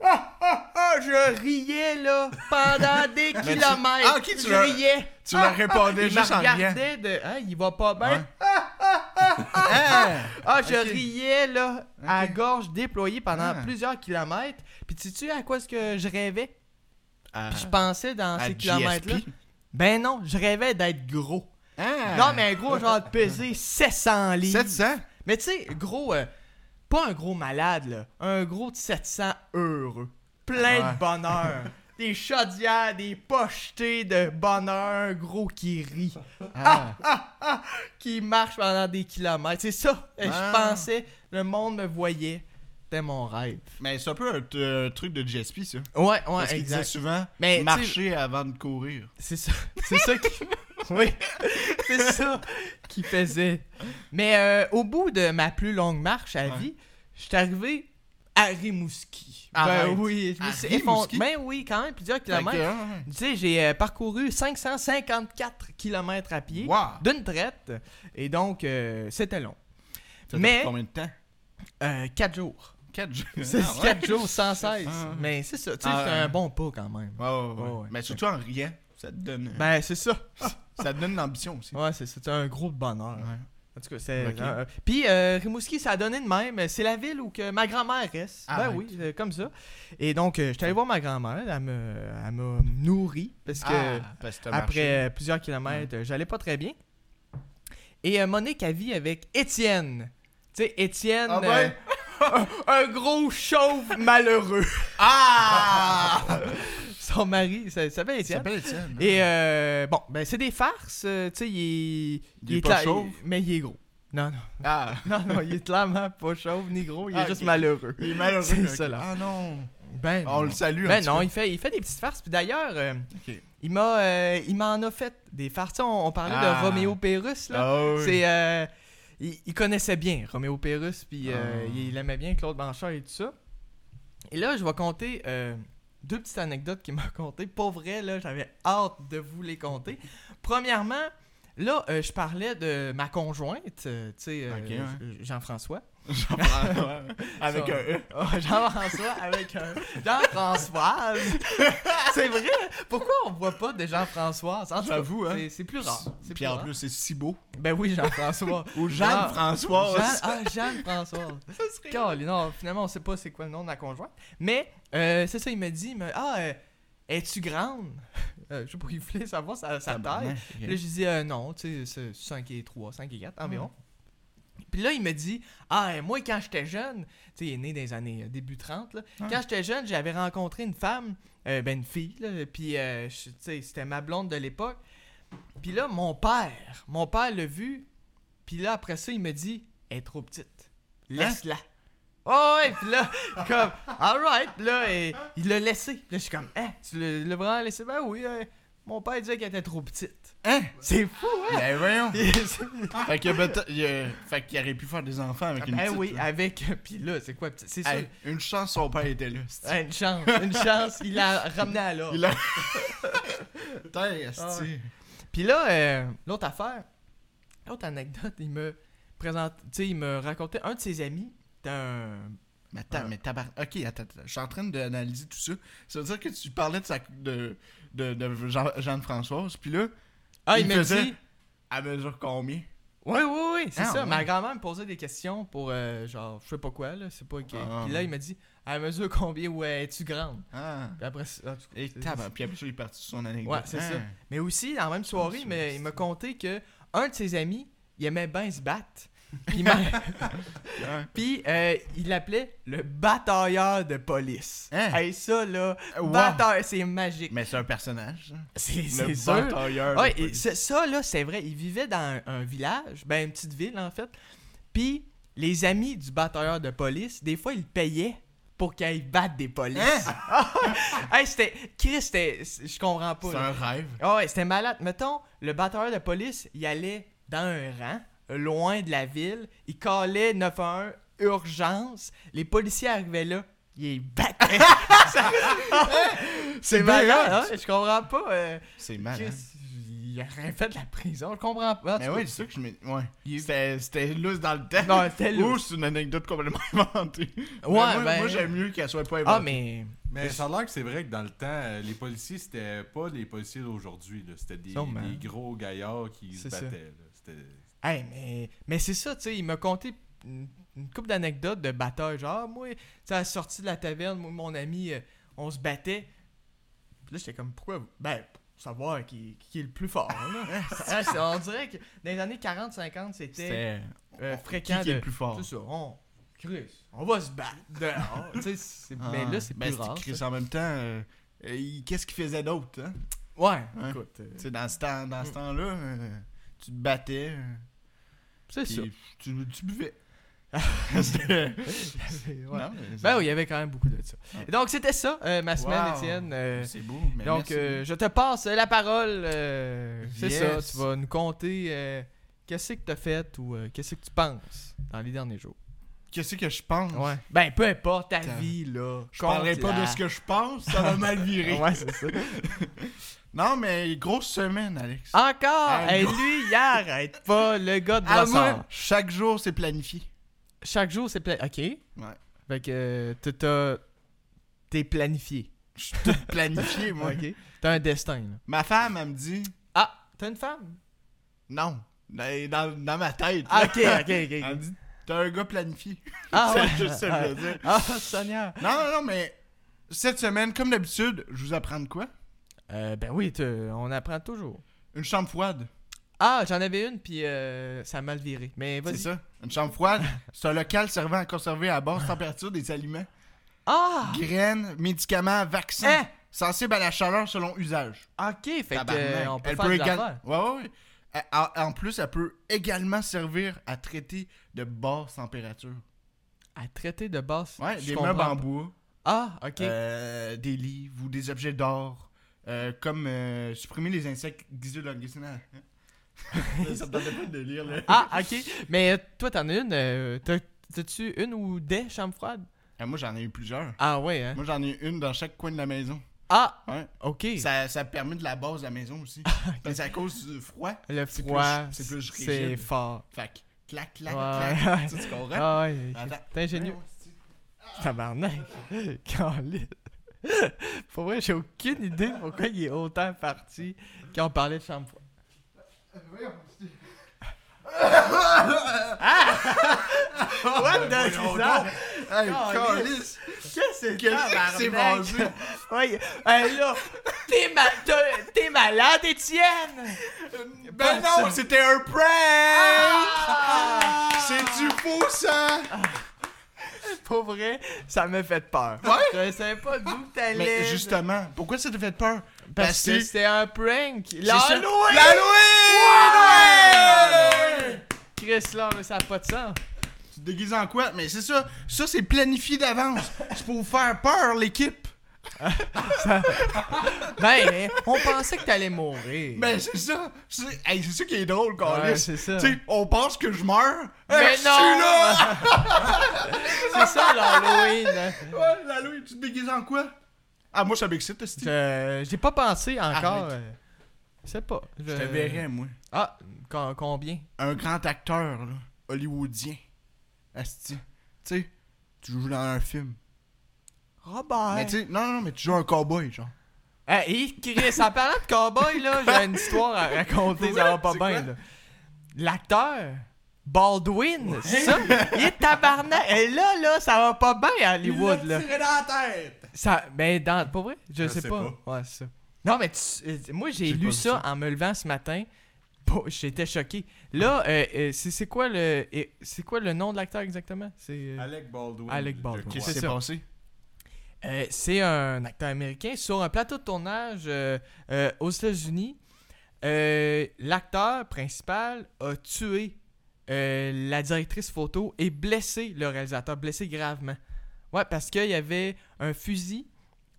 Speaker 2: Ah, ah, ah, je riais, là, pendant des
Speaker 1: tu-
Speaker 2: kilomètres.
Speaker 1: Ah, ok, tu
Speaker 2: je
Speaker 1: leur-
Speaker 2: riais.
Speaker 1: Tu leur répondais
Speaker 2: Ils me
Speaker 1: juste en riant.
Speaker 2: regardaient de... Hein, il va pas bien.
Speaker 1: Ouais. <laughs> Ah!
Speaker 2: Ah, je
Speaker 1: Ok.
Speaker 2: riais là, à
Speaker 1: Ok.
Speaker 2: gorge déployée pendant
Speaker 1: Ah.
Speaker 2: plusieurs kilomètres. Puis tu sais à quoi est-ce que je rêvais?
Speaker 1: À-
Speaker 2: Puis je pensais dans
Speaker 1: Ah. à
Speaker 2: ces kilomètres-là.
Speaker 1: GSP.
Speaker 2: Ben non, je rêvais d'être gros.
Speaker 1: Ah!
Speaker 2: Non, mais un gros, genre de
Speaker 1: <laughs>
Speaker 2: peser 700 livres.
Speaker 1: 700?
Speaker 2: Mais tu sais, gros, euh, pas un gros malade, là. Un gros de 700 heureux. Plein
Speaker 1: Ouais.
Speaker 2: de
Speaker 1: <laughs>
Speaker 2: bonheur. des chaudières, des pochetées de bonheur. Un gros qui rit.
Speaker 1: Ah!
Speaker 2: <laughs> qui marche pendant des kilomètres. C'est ça. Et
Speaker 1: Ah.
Speaker 2: Je pensais, le monde me voyait. C'était mon rêve.
Speaker 1: Mais c'est un peu un, t- un truc de GSP, ça.
Speaker 2: Ouais,
Speaker 1: Parce
Speaker 2: ouais,
Speaker 1: qu'il disait
Speaker 2: exact.
Speaker 1: souvent
Speaker 2: Mais, tu
Speaker 1: marcher avant de courir.
Speaker 2: C'est ça. <laughs> C'est
Speaker 1: <laughs>
Speaker 2: ça qui. Oui. C'est ça qui faisait. Mais euh, au bout de ma plus longue marche à
Speaker 1: Ouais.
Speaker 2: vie, je suis arrivé à Rimouski.
Speaker 1: Arrête.
Speaker 2: Ben oui, je me
Speaker 1: À
Speaker 2: suis
Speaker 1: Rimouski?
Speaker 2: effondré. Ben oui, quand même, plusieurs kilomètres.
Speaker 1: Fait ah,
Speaker 2: Tu sais, j'ai euh, parcouru 554 kilomètres à
Speaker 1: que,
Speaker 2: pied
Speaker 1: Wow!
Speaker 2: d'une traite. Et donc, euh, c'était long.
Speaker 1: Ça t'a
Speaker 2: Mais-
Speaker 1: pris combien de temps?
Speaker 2: Euh, Quatre jours.
Speaker 1: 4 jours.
Speaker 2: C'est
Speaker 1: Ah, ouais.
Speaker 2: 4 jours sans cesse.
Speaker 1: Ah, ouais.
Speaker 2: Mais c'est ça, tu sais,
Speaker 1: Ah,
Speaker 2: c'est
Speaker 1: ouais.
Speaker 2: un bon pas quand même.
Speaker 1: Ouais, ouais, ouais.
Speaker 2: Ouais, ouais.
Speaker 1: Mais surtout en riant, ça te donne,
Speaker 2: Ben c'est ça.
Speaker 1: ça te donne l'ambition aussi.
Speaker 2: Ouais, c'est- c'était un gros bonheur.
Speaker 1: Ouais.
Speaker 2: En tout cas, c'est.
Speaker 1: Ok.
Speaker 2: euh, euh, Puis euh, Rimouski, ça a donné de même. C'est la ville où que ma grand-mère reste.
Speaker 1: Arrête.
Speaker 2: Ben oui, euh, comme ça. Et donc, euh, je suis allé voir ma grand-mère. Elle me- elle m'a nourri parce que
Speaker 1: Ah, parce que t'as marché.
Speaker 2: après euh, plusieurs kilomètres, euh, j'allais pas très bien. Et euh, Monique, elle vit avec Étienne. Tu sais, Étienne,
Speaker 1: Ah ben?
Speaker 2: euh, <laughs> un- un gros chauve malheureux.
Speaker 1: Ah!
Speaker 2: <laughs> Son mari, ça ça s'appelle
Speaker 1: Il
Speaker 2: Étienne.
Speaker 1: s'appelle Étienne. hein?
Speaker 2: Et euh, bon, ben c'est des farces, euh, tu sais, il est.
Speaker 1: Il est pas
Speaker 2: cla-
Speaker 1: chauve?
Speaker 2: Mais il est gros. Non, <laughs> non,
Speaker 1: Ah!
Speaker 2: non, non, il est clairement pas chauve ni gros, il est
Speaker 1: Ah,
Speaker 2: juste
Speaker 1: ok.
Speaker 2: malheureux.
Speaker 1: Il est malheureux.
Speaker 2: C'est
Speaker 1: ok.
Speaker 2: ça, là.
Speaker 1: Ah non!
Speaker 2: Ben,
Speaker 1: On le salue. un
Speaker 2: ben
Speaker 1: petit
Speaker 2: non,
Speaker 1: peu.
Speaker 2: il fait, il fait des petites farces. Puis d'ailleurs, euh,
Speaker 1: Ok.
Speaker 2: il m'a, euh, il m'en a fait des farces. Tu sais, On, on parlait
Speaker 1: Ah.
Speaker 2: de Roméo Pérus là.
Speaker 1: Ah oui.
Speaker 2: C'est, euh, il, il connaissait bien Roméo Pérus, puis euh,
Speaker 1: Ah.
Speaker 2: il aimait bien Claude Blanchard et tout ça. Et là, je vais compter euh, deux petites anecdotes qu'il m'a <laughs> contées. Pas vrai, là, j'avais hâte de vous les conter. Premièrement, là, euh, je parlais de ma conjointe, euh, tu sais, euh,
Speaker 1: Ok, ouais.
Speaker 2: Jean-François.
Speaker 1: <laughs> J'en prends, ouais.
Speaker 2: <laughs>
Speaker 1: Avec
Speaker 2: Ça.
Speaker 1: un E.
Speaker 2: Oh, Jean-François avec un E. Jean-Françoise.
Speaker 1: <laughs>
Speaker 2: c'est vrai. Pourquoi on voit pas de Jean-Françoise En tout cas,
Speaker 1: J'avoue, hein.
Speaker 2: c'est- C'est plus rare. C'est
Speaker 1: Puis
Speaker 2: plus
Speaker 1: en
Speaker 2: rare.
Speaker 1: plus, c'est si beau.
Speaker 2: Ben oui, Jean-François.
Speaker 1: Ou
Speaker 2: Jean-
Speaker 1: Jeanne-Françoise.
Speaker 2: Ah, Jeanne-Françoise. Calé, non, finalement, on sait pas c'est quoi le nom de la conjointe. Mais, euh, c'est ça, il me dit, il me- ah, euh, es-tu grande? <laughs> Euh, je sais pas, il voulait savoir sa, ah, sa taille. Puis là, je dis euh, non, tu sais, c'est 5 et 3, 5 et 4 environ. Puis là, il me dit Ah, et moi, quand j'étais jeune, tu sais, il est né dans les années euh, début 30, là. Quand j'étais jeune, j'avais rencontré une femme, euh, ben une fille, là, puis euh, je- tu sais, c'était ma blonde de l'époque. Puis là, mon père, mon père l'a vu, puis là, après ça, il me dit Elle est trop petite, laisse-la. Oh ouais, puis là, <laughs> comme, alright, là, et, il l'a laissé. Puis là, je suis comme, hein, tu l'as l'as vraiment laissé? Ben oui, euh, mon père disait qu'elle était trop petite.
Speaker 1: Hein?
Speaker 2: C'est fou, hein?
Speaker 1: Ben voyons.
Speaker 2: <laughs> ben
Speaker 1: Fait qu'il y a peut-être- il y a- fait qu'il aurait pu faire des enfants avec une petite.
Speaker 2: Eh oui,
Speaker 1: là.
Speaker 2: avec. <laughs> Puis là, c'est quoi, petite? C'est
Speaker 1: Hey, une chance, son père était là. c'est-tu.
Speaker 2: ça. Une chance, une chance, il l'a ramené à l'or.
Speaker 1: Il a. Putain, esti.
Speaker 2: Ah Puis là, euh, l'autre affaire, l'autre anecdote, il me présente, tu sais, il me racontait un de ses amis d'un.
Speaker 1: Mais attends,
Speaker 2: Ouais.
Speaker 1: mais tabar... Ok, attends, attends. je suis en train d'analyser tout ça. Ça veut dire que tu parlais de, sa... de... de, de Jean... Jeanne-Françoise, puis là,
Speaker 2: Ah, il,
Speaker 1: Il
Speaker 2: me
Speaker 1: faisait-
Speaker 2: dit.
Speaker 1: elle mesure combien?
Speaker 2: Oui, oui, oui, c'est
Speaker 1: Ah,
Speaker 2: ça.
Speaker 1: ouais.
Speaker 2: Ma grand-mère me posait des questions pour, euh, genre, je sais pas quoi, là, c'est pas ok.
Speaker 1: Ah,
Speaker 2: Puis là,
Speaker 1: ouais.
Speaker 2: il m'a dit, à mesure combien ouais, es-tu grande?
Speaker 1: Ah.
Speaker 2: Puis après, ça- en tout cas,
Speaker 1: Et
Speaker 2: c'est-
Speaker 1: tabar... Puis après ça, il est parti sur son anecdote.
Speaker 2: Ouais, c'est ça. Mais aussi, en même soirée, il me- il m'a conté que un de ses amis, il aimait bien se battre.
Speaker 1: <laughs>
Speaker 2: Puis, il m'a-
Speaker 1: ça.
Speaker 2: puis, euh, il l'appelait le batailleur de police.
Speaker 1: Hein?
Speaker 2: Hey, ça, là,
Speaker 1: <laughs> Wow.
Speaker 2: batailleur, c'est magique.
Speaker 1: Mais c'est un personnage. ça.
Speaker 2: C'est
Speaker 1: Le
Speaker 2: c'est sûr.
Speaker 1: batailleur.
Speaker 2: Ouais,
Speaker 1: de
Speaker 2: et
Speaker 1: police.
Speaker 2: ça- ça, là, c'est vrai. Il vivait dans un, un village, ben, une petite ville, en fait. Puis, les amis du batailleur de police, des fois, ils le payaient pour qu'ils battent des polices. Hein? <laughs> hey, c'était... Chris, c'était... Je comprends pas.
Speaker 1: C'est
Speaker 2: là.
Speaker 1: un rêve.
Speaker 2: Ah ouais, c'était malade. Mettons, le batteur de police, il allait dans un rang, loin de la ville. Il callait 911, urgence. Les policiers arrivaient là.
Speaker 1: <laughs>
Speaker 2: Ils battaient.
Speaker 1: C'est
Speaker 2: malade,
Speaker 1: malade.
Speaker 2: hein? Je comprends pas. euh,
Speaker 1: C'est malade.
Speaker 2: Chris, il a rien fait de la prison. Je comprends pas. En
Speaker 1: Mais
Speaker 2: tout cas,
Speaker 1: ouais, c'est ça que je me. Ouais.
Speaker 2: Il-
Speaker 1: C'était- C'était lousse dans le temps.
Speaker 2: Non, c'était
Speaker 1: Ou
Speaker 2: lousse.
Speaker 1: c'est une anecdote complètement <laughs> inventée. Mais
Speaker 2: Ouais,
Speaker 1: moi,
Speaker 2: ben-
Speaker 1: moi, j'aime mieux qu'elle soit pas inventée.
Speaker 2: Ah, mais.
Speaker 3: Mais ça a l'air que c'est vrai que dans le temps, euh, les policiers, c'était pas les policiers d'aujourd'hui. là. C'était des,
Speaker 2: Sûrement.
Speaker 3: des gros gaillards qui se
Speaker 2: C'est ça.
Speaker 3: battaient. là. C'était-
Speaker 2: Hey, mais, mais c'est ça, tu sais, il m'a conté une, une couple d'anecdotes de bataille. Genre, Ah, moi, tu sais, à la sortie de la taverne, moi, et mon ami, euh, on se battait. Puis là, j'étais comme, pourquoi vous- Ben, pour savoir qui, qui est le plus fort. là.
Speaker 1: <laughs>
Speaker 2: <laughs> Hein, c'est- on dirait que dans les années 40-50, c'était
Speaker 1: C'était.
Speaker 2: euh,
Speaker 1: on-
Speaker 2: fréquent.
Speaker 1: Qui qui est
Speaker 2: de-
Speaker 1: le plus fort
Speaker 2: C'est ça, on. Chris, on va se battre
Speaker 1: <laughs>
Speaker 2: dehors. tu sais, c'est-
Speaker 1: Ah.
Speaker 2: mais là, c'est
Speaker 1: Ben,
Speaker 2: plus rare.
Speaker 1: Chris,
Speaker 2: ça.
Speaker 1: en même temps, euh, euh, il- qu'est-ce qu'il faisait d'autre hein?
Speaker 2: Ouais,
Speaker 1: Ouais.
Speaker 2: écoute. euh,
Speaker 1: Tu sais, dans ce temps- dans ce temps-là, euh, tu te battais, euh,
Speaker 2: c'est
Speaker 1: puis
Speaker 2: ça.
Speaker 1: tu, tu
Speaker 2: <laughs>
Speaker 1: buvais. C'était- <laughs>
Speaker 2: Ouais.
Speaker 1: Non, mais-
Speaker 2: Ben oui, il y avait quand même beaucoup de ça. Et donc, c'était ça, euh, ma semaine,
Speaker 1: Wow.
Speaker 2: Étienne. euh,
Speaker 1: C'est beau. mais
Speaker 2: Donc,
Speaker 1: Ben, merci.
Speaker 2: euh, je te passe la parole. euh, c'est
Speaker 1: Yes.
Speaker 2: ça, tu vas nous compter euh, qu'est-ce que t'as fait ou euh, qu'est-ce que tu penses dans les derniers jours.
Speaker 1: qu'est-ce que je pense
Speaker 2: Ben, peu importe ta
Speaker 1: T'as-
Speaker 2: vie, là.
Speaker 1: Je parlerai pas de ce que je pense, ça va mal virer.
Speaker 2: Ouais, c'est ça.
Speaker 1: Non, mais grosse semaine, Alex.
Speaker 2: Encore!
Speaker 1: Ah,
Speaker 2: hey,
Speaker 1: gros.
Speaker 2: lui, il arrête pas, le gars de
Speaker 1: À
Speaker 2: Brossard.
Speaker 1: moi, chaque jour, c'est planifié.
Speaker 2: Chaque jour, c'est pla- OK.
Speaker 1: Ouais.
Speaker 2: Fait que euh, t'as- t'as- T'es planifié.
Speaker 1: Je suis tout planifié, moi.
Speaker 2: <laughs> OK. T'as un destin, là.
Speaker 1: Ma femme, elle me dit
Speaker 2: Ah, t'as une femme?
Speaker 1: non. Dans, dans- dans ma tête.
Speaker 2: Ah,
Speaker 1: là.
Speaker 2: OK, OK,
Speaker 1: Elle me
Speaker 2: OK.
Speaker 1: dit t'as un gars planifié.
Speaker 2: Ah,
Speaker 1: <laughs> C'est
Speaker 2: ouais.
Speaker 1: juste ça que je veux dire.
Speaker 2: Ah, Sonia.
Speaker 1: Non, non, non, mais cette semaine, comme d'habitude, je vous apprends de quoi
Speaker 2: Euh, ben oui, t'as- on apprend toujours.
Speaker 1: Une chambre froide.
Speaker 2: Ah, j'en avais une, puis euh, ça a mal viré. Mais
Speaker 1: C'est
Speaker 2: vas-y.
Speaker 1: ça. Une chambre froide,
Speaker 2: <laughs>
Speaker 1: c'est un local servant à conserver à basse température des aliments,
Speaker 2: Ah!
Speaker 1: graines, médicaments, vaccins,
Speaker 2: Hein?
Speaker 1: sensibles à la chaleur selon usage.
Speaker 2: Ok, fait que,
Speaker 1: Tabarnak.
Speaker 2: euh, on peut
Speaker 1: Elle
Speaker 2: faire de
Speaker 1: égal-
Speaker 2: l'affaire.
Speaker 1: Ouais, ouais, ouais. Elle- elle- En plus, elle peut également servir à traiter de basse température.
Speaker 2: À traiter de basse.
Speaker 1: Ouais,
Speaker 2: je
Speaker 1: des
Speaker 2: comprends
Speaker 1: meubles en
Speaker 2: pas.
Speaker 1: bois,
Speaker 2: Ah, ok.
Speaker 1: euh, des livres ou des objets d'or. euh, comme euh, supprimer les insectes guiseux dans le glycinat.
Speaker 2: <laughs>
Speaker 1: ça me tentait pas de le lire, là.
Speaker 2: Ah, ok. Mais euh, toi, t'en as une. euh, t'as- T'as-tu une ou des chambres froides?
Speaker 1: Ah, moi, j'en ai eu plusieurs.
Speaker 2: Ah, ouais, hein?
Speaker 1: Moi, j'en ai une dans chaque coin de la maison.
Speaker 2: Ah,
Speaker 1: Ouais.
Speaker 2: ok.
Speaker 1: Ça, ça permet de la base de la maison
Speaker 2: <laughs>
Speaker 1: aussi. Parce à cause du froid,
Speaker 2: Le
Speaker 1: c'est
Speaker 2: froid,
Speaker 1: plus- c'est plus
Speaker 2: c'est
Speaker 1: rigide.
Speaker 2: fort.
Speaker 1: fait que clac, clac,
Speaker 2: <laughs> Ouais.
Speaker 1: clac. Tu, sais, tu comprends?
Speaker 2: Ah, ouais,
Speaker 1: Attends.
Speaker 2: c'est ingénieux. Tabarnak! <laughs> Caliste. Pour vrai, j'ai aucune idée pourquoi il est autant parti quand on parlait de chambre froide. Ah! What the
Speaker 1: ben, Voyons
Speaker 2: bizarre?
Speaker 1: donc. Hey,
Speaker 2: Caliste.
Speaker 1: calisse.
Speaker 2: Qu'est-ce que c'est
Speaker 1: Qu'est-ce qui s'est
Speaker 2: Ah, tabarnak? <laughs>
Speaker 1: passé?
Speaker 2: Ouais, hey, là, t'es ma- t'es- t'es malade, Étienne!
Speaker 1: Ben non, c'était un
Speaker 2: Ah!
Speaker 1: prank! C'est du faux sang!
Speaker 2: Pour vrai, ça m'a fait peur.
Speaker 1: Ouais?
Speaker 2: Je savais pas d'où t'allais.
Speaker 1: Mais justement, pourquoi ça te fait peur?
Speaker 2: parce que c'était un prank.
Speaker 1: ça.
Speaker 2: L'Halloween!
Speaker 1: L'Halloween! Ouais!
Speaker 2: Chris, là, mais ça n'a pas de sens.
Speaker 1: Tu te déguises en quoi? Mais c'est ça, ça c'est planifié d'avance. C'est pour faire peur l'équipe.
Speaker 2: Ben, hein, on pensait que t'allais mourir.
Speaker 1: Ben c'est ça. C'est hey, c'est ça qui est drôle, quand
Speaker 2: Ouais, c'est ça.
Speaker 1: Tu sais, on pense que je meurs.
Speaker 2: Mais
Speaker 1: Hey, je
Speaker 2: non!
Speaker 1: suis là!
Speaker 2: <laughs> C'est ça l'Halloween. hein.
Speaker 1: ouais, l'Halloween, tu te déguises en quoi? Ah, moi ça m'excite, t'as Je
Speaker 2: Je- J'ai pas pensé encore.
Speaker 1: Arrête.
Speaker 2: euh, Je sais pas. Je
Speaker 1: te verrais, moi.
Speaker 2: Ah, com- combien?
Speaker 1: un grand acteur là, hollywoodien. Asti. Tu sais, tu joues dans un film.
Speaker 2: Robert.
Speaker 1: Mais tu sais, non, non, mais tu joues un cowboy, genre.
Speaker 2: Hey, Chris, en parlant de cowboy, là, j'ai une histoire à raconter, ça va pas
Speaker 1: C'est quoi?
Speaker 2: bien, là. L'acteur Baldwin, ça, il est tabarnak. Et là, là, ça va pas bien à Hollywood, là.
Speaker 1: tiré dans la tête!
Speaker 2: Ça, ben, dans, pas vrai? Je, sais,
Speaker 3: sais
Speaker 2: pas. Ouais, c'est ça. Non, mais tu- euh, moi, j'ai
Speaker 1: J'ai pas
Speaker 2: lu
Speaker 1: vu
Speaker 2: ça, en me levant ce matin. Bon, J'étais choqué. Là, euh, euh, c'est c'est quoi le euh, c'est quoi le nom de l'acteur exactement? C'est euh,
Speaker 3: Alec Baldwin.
Speaker 2: Alec
Speaker 3: je
Speaker 2: Baldwin.
Speaker 3: crois.
Speaker 1: Qu'est-ce
Speaker 2: Ouais.
Speaker 1: qui s'est passé?
Speaker 2: Euh, c'est un acteur américain. Sur un plateau de tournage euh, euh, aux États-Unis, euh, l'acteur principal a tué euh, la directrice photo et blessé le réalisateur, blessé gravement. Ouais, parce qu'il y avait un fusil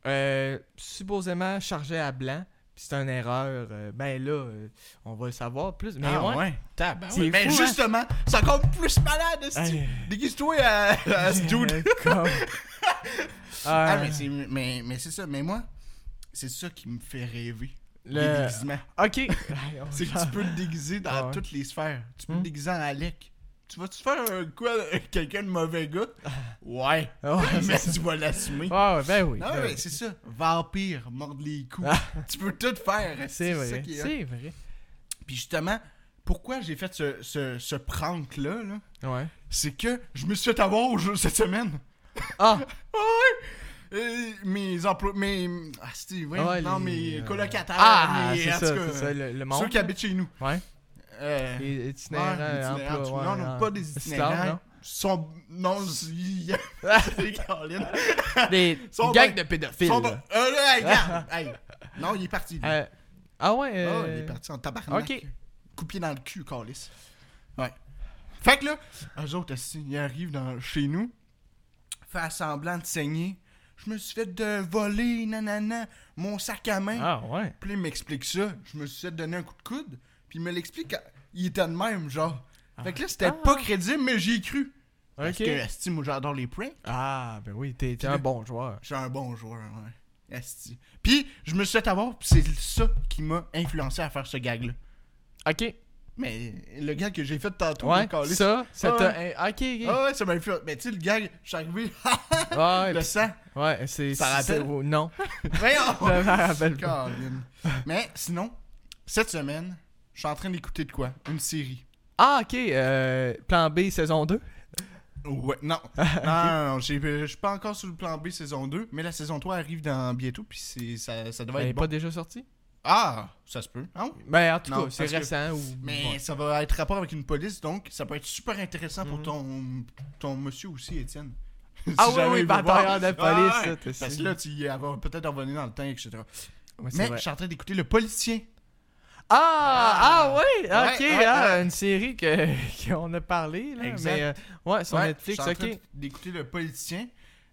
Speaker 2: euh, supposément chargé à blanc. Puis c'est une erreur. euh, ben là, euh, on va le savoir plus. Mais Ah ouais. C'est
Speaker 1: oui, mais
Speaker 2: fou, hein?
Speaker 1: justement, Ah, c'est encore plus malade, Asti.
Speaker 2: Hey.
Speaker 1: Déguise-toi à, à ce dude.
Speaker 2: <laughs> Comme-
Speaker 1: ah,
Speaker 2: Euh,
Speaker 1: mais c'est mais, mais c'est ça, mais moi, c'est ça qui me fait rêver. Les
Speaker 2: le...
Speaker 1: déguisements.
Speaker 2: Ok.
Speaker 1: <laughs>
Speaker 2: <laughs>
Speaker 1: C'est que tu peux te déguiser dans
Speaker 2: Ah ouais.
Speaker 1: toutes les sphères. Tu peux
Speaker 2: Hmm.
Speaker 1: te déguiser en Alec. Tu vas-tu faire un quoi, euh, quelqu'un de mauvais
Speaker 2: <laughs>
Speaker 1: gars? Ouais.
Speaker 2: Ouais,
Speaker 1: mais tu vas <laughs> l'assumer.
Speaker 2: Ah, Ouais, ouais, ben oui.
Speaker 1: Non,
Speaker 2: ben oui.
Speaker 1: mais c'est ça. Vampire, mordre les coups. tu peux tout faire.
Speaker 2: Ah. C'est
Speaker 1: ça
Speaker 2: vrai.
Speaker 1: qui est hot.
Speaker 2: C'est vrai.
Speaker 1: Puis justement, pourquoi j'ai fait ce, ce, ce prank-là, là,
Speaker 2: Ouais.
Speaker 1: c'est que je me suis fait avoir au jeu cette semaine. Ah
Speaker 2: Ah,
Speaker 1: ouais! Et Euh, mes emplois. Mes. Ah, c'est ouais,
Speaker 2: Ouais,
Speaker 1: Non,
Speaker 2: les,
Speaker 1: mes
Speaker 2: euh,
Speaker 1: colocataires.
Speaker 2: ah,
Speaker 1: mes-
Speaker 2: c'est
Speaker 1: en
Speaker 2: ça,
Speaker 1: tout cas,
Speaker 2: c'est ça, le, le monde.
Speaker 1: Ceux qui habitent chez nous.
Speaker 2: Ouais.
Speaker 1: Euh,
Speaker 2: Les itinérants,
Speaker 1: ouais, les itinérants,
Speaker 2: emploi-
Speaker 1: tu- non,
Speaker 2: ouais,
Speaker 1: non,
Speaker 2: en-
Speaker 1: pas des
Speaker 2: stars,
Speaker 1: itinérants. <laughs> Sont... Non, c'est- <laughs>
Speaker 2: <laughs>
Speaker 1: c'est Caroline.
Speaker 2: non? Des
Speaker 1: Sont
Speaker 2: gangs
Speaker 1: bien-
Speaker 2: de pédophiles.
Speaker 1: Sont-
Speaker 2: là.
Speaker 1: Euh, là,
Speaker 2: <laughs>
Speaker 1: regarde. Hey. Non, il est parti. lui.
Speaker 2: Euh, ah ouais.
Speaker 1: Ah,
Speaker 2: euh,
Speaker 1: il est parti en tabarnak.
Speaker 2: ok.
Speaker 1: Coupé dans le cul, Calis. Ouais. Fait que là, eux autres, assis, ils arrivent dans, chez nous, faire semblant de saigner. Je me suis fait de voler, nanana, mon sac à main.
Speaker 2: Ah ouais.
Speaker 1: Puis là, il m'explique ça. Je me suis fait donner un coup de coude. Puis il me l'explique. Il était de même, genre.
Speaker 2: Ah.
Speaker 1: Fait que là, c'était pas crédible, mais j'y ai cru. Parce
Speaker 2: Ok.
Speaker 1: que, asti, moi, j'adore les pranks.
Speaker 2: Ah, ben oui, t'es t'es un bon joueur.
Speaker 1: J'ai un bon joueur, ouais. Asti. Puis, je me suis fait avoir, puis c'est ça qui m'a influencé à faire ce gag-là.
Speaker 2: Ok.
Speaker 1: Mais le gag que j'ai fait tantôt,
Speaker 2: Ouais.
Speaker 1: le calice.
Speaker 2: Ça, ça
Speaker 1: Ah
Speaker 2: t'a. Ok,
Speaker 1: Ah
Speaker 2: ok.
Speaker 1: ouais, ça m'a influencé. Mais tu sais, le gag, je suis
Speaker 2: <laughs>
Speaker 1: arrivé,
Speaker 2: Ah,
Speaker 1: le
Speaker 2: ouais,
Speaker 1: sang.
Speaker 2: ouais, c'est.
Speaker 1: Ça
Speaker 2: c'est-
Speaker 1: rappelle?
Speaker 2: oh, Non. <laughs> Je
Speaker 1: Voyons!
Speaker 2: me rappelle pas.
Speaker 1: Colin. Mais sinon, cette semaine, je suis en train d'écouter de quoi? Une série.
Speaker 2: Ah, ok. euh, plan B, saison 2.
Speaker 1: Ouais,
Speaker 2: <laughs>
Speaker 1: non.
Speaker 2: Ah,
Speaker 1: Non, non, non, j'ai- je suis pas encore sur le plan B saison 2, mais la saison 3 arrive dans bientôt, puis c'est- ça, ça devrait
Speaker 2: Elle est
Speaker 1: être bon.
Speaker 2: pas déjà sortie.
Speaker 1: Ah, ça se peut. Ah oui.
Speaker 2: Ben, en tout
Speaker 1: Non,
Speaker 2: cas, c'est
Speaker 1: parce que-
Speaker 2: récent. ou-
Speaker 1: Mais
Speaker 2: ouais.
Speaker 1: ça va être rapport avec une police, donc ça peut être super intéressant pour ton, ton monsieur aussi, Étienne. <laughs> Si
Speaker 2: Mhm. Ah oui,
Speaker 1: jamais
Speaker 2: oui,
Speaker 1: il veut
Speaker 2: batailleur
Speaker 1: voir.
Speaker 2: de police,
Speaker 1: Ah ouais,
Speaker 2: là, t'es
Speaker 1: Parce que
Speaker 2: sûr.
Speaker 1: là, tu y vas peut-être revenir dans le temps, etc.
Speaker 2: Ouais, c'est
Speaker 1: Mais
Speaker 2: vrai.
Speaker 1: je suis en train d'écouter Le Policier.
Speaker 2: Ah, ah, oui, ok,
Speaker 1: Ouais, ouais,
Speaker 2: ah,
Speaker 1: ouais.
Speaker 2: une série que <laughs> qu'on a parlé là,
Speaker 1: Exact.
Speaker 2: mais euh, ouais sur
Speaker 1: Ouais,
Speaker 2: Netflix,
Speaker 1: Je suis en
Speaker 2: ok.
Speaker 1: train d'écouter Le Politicien.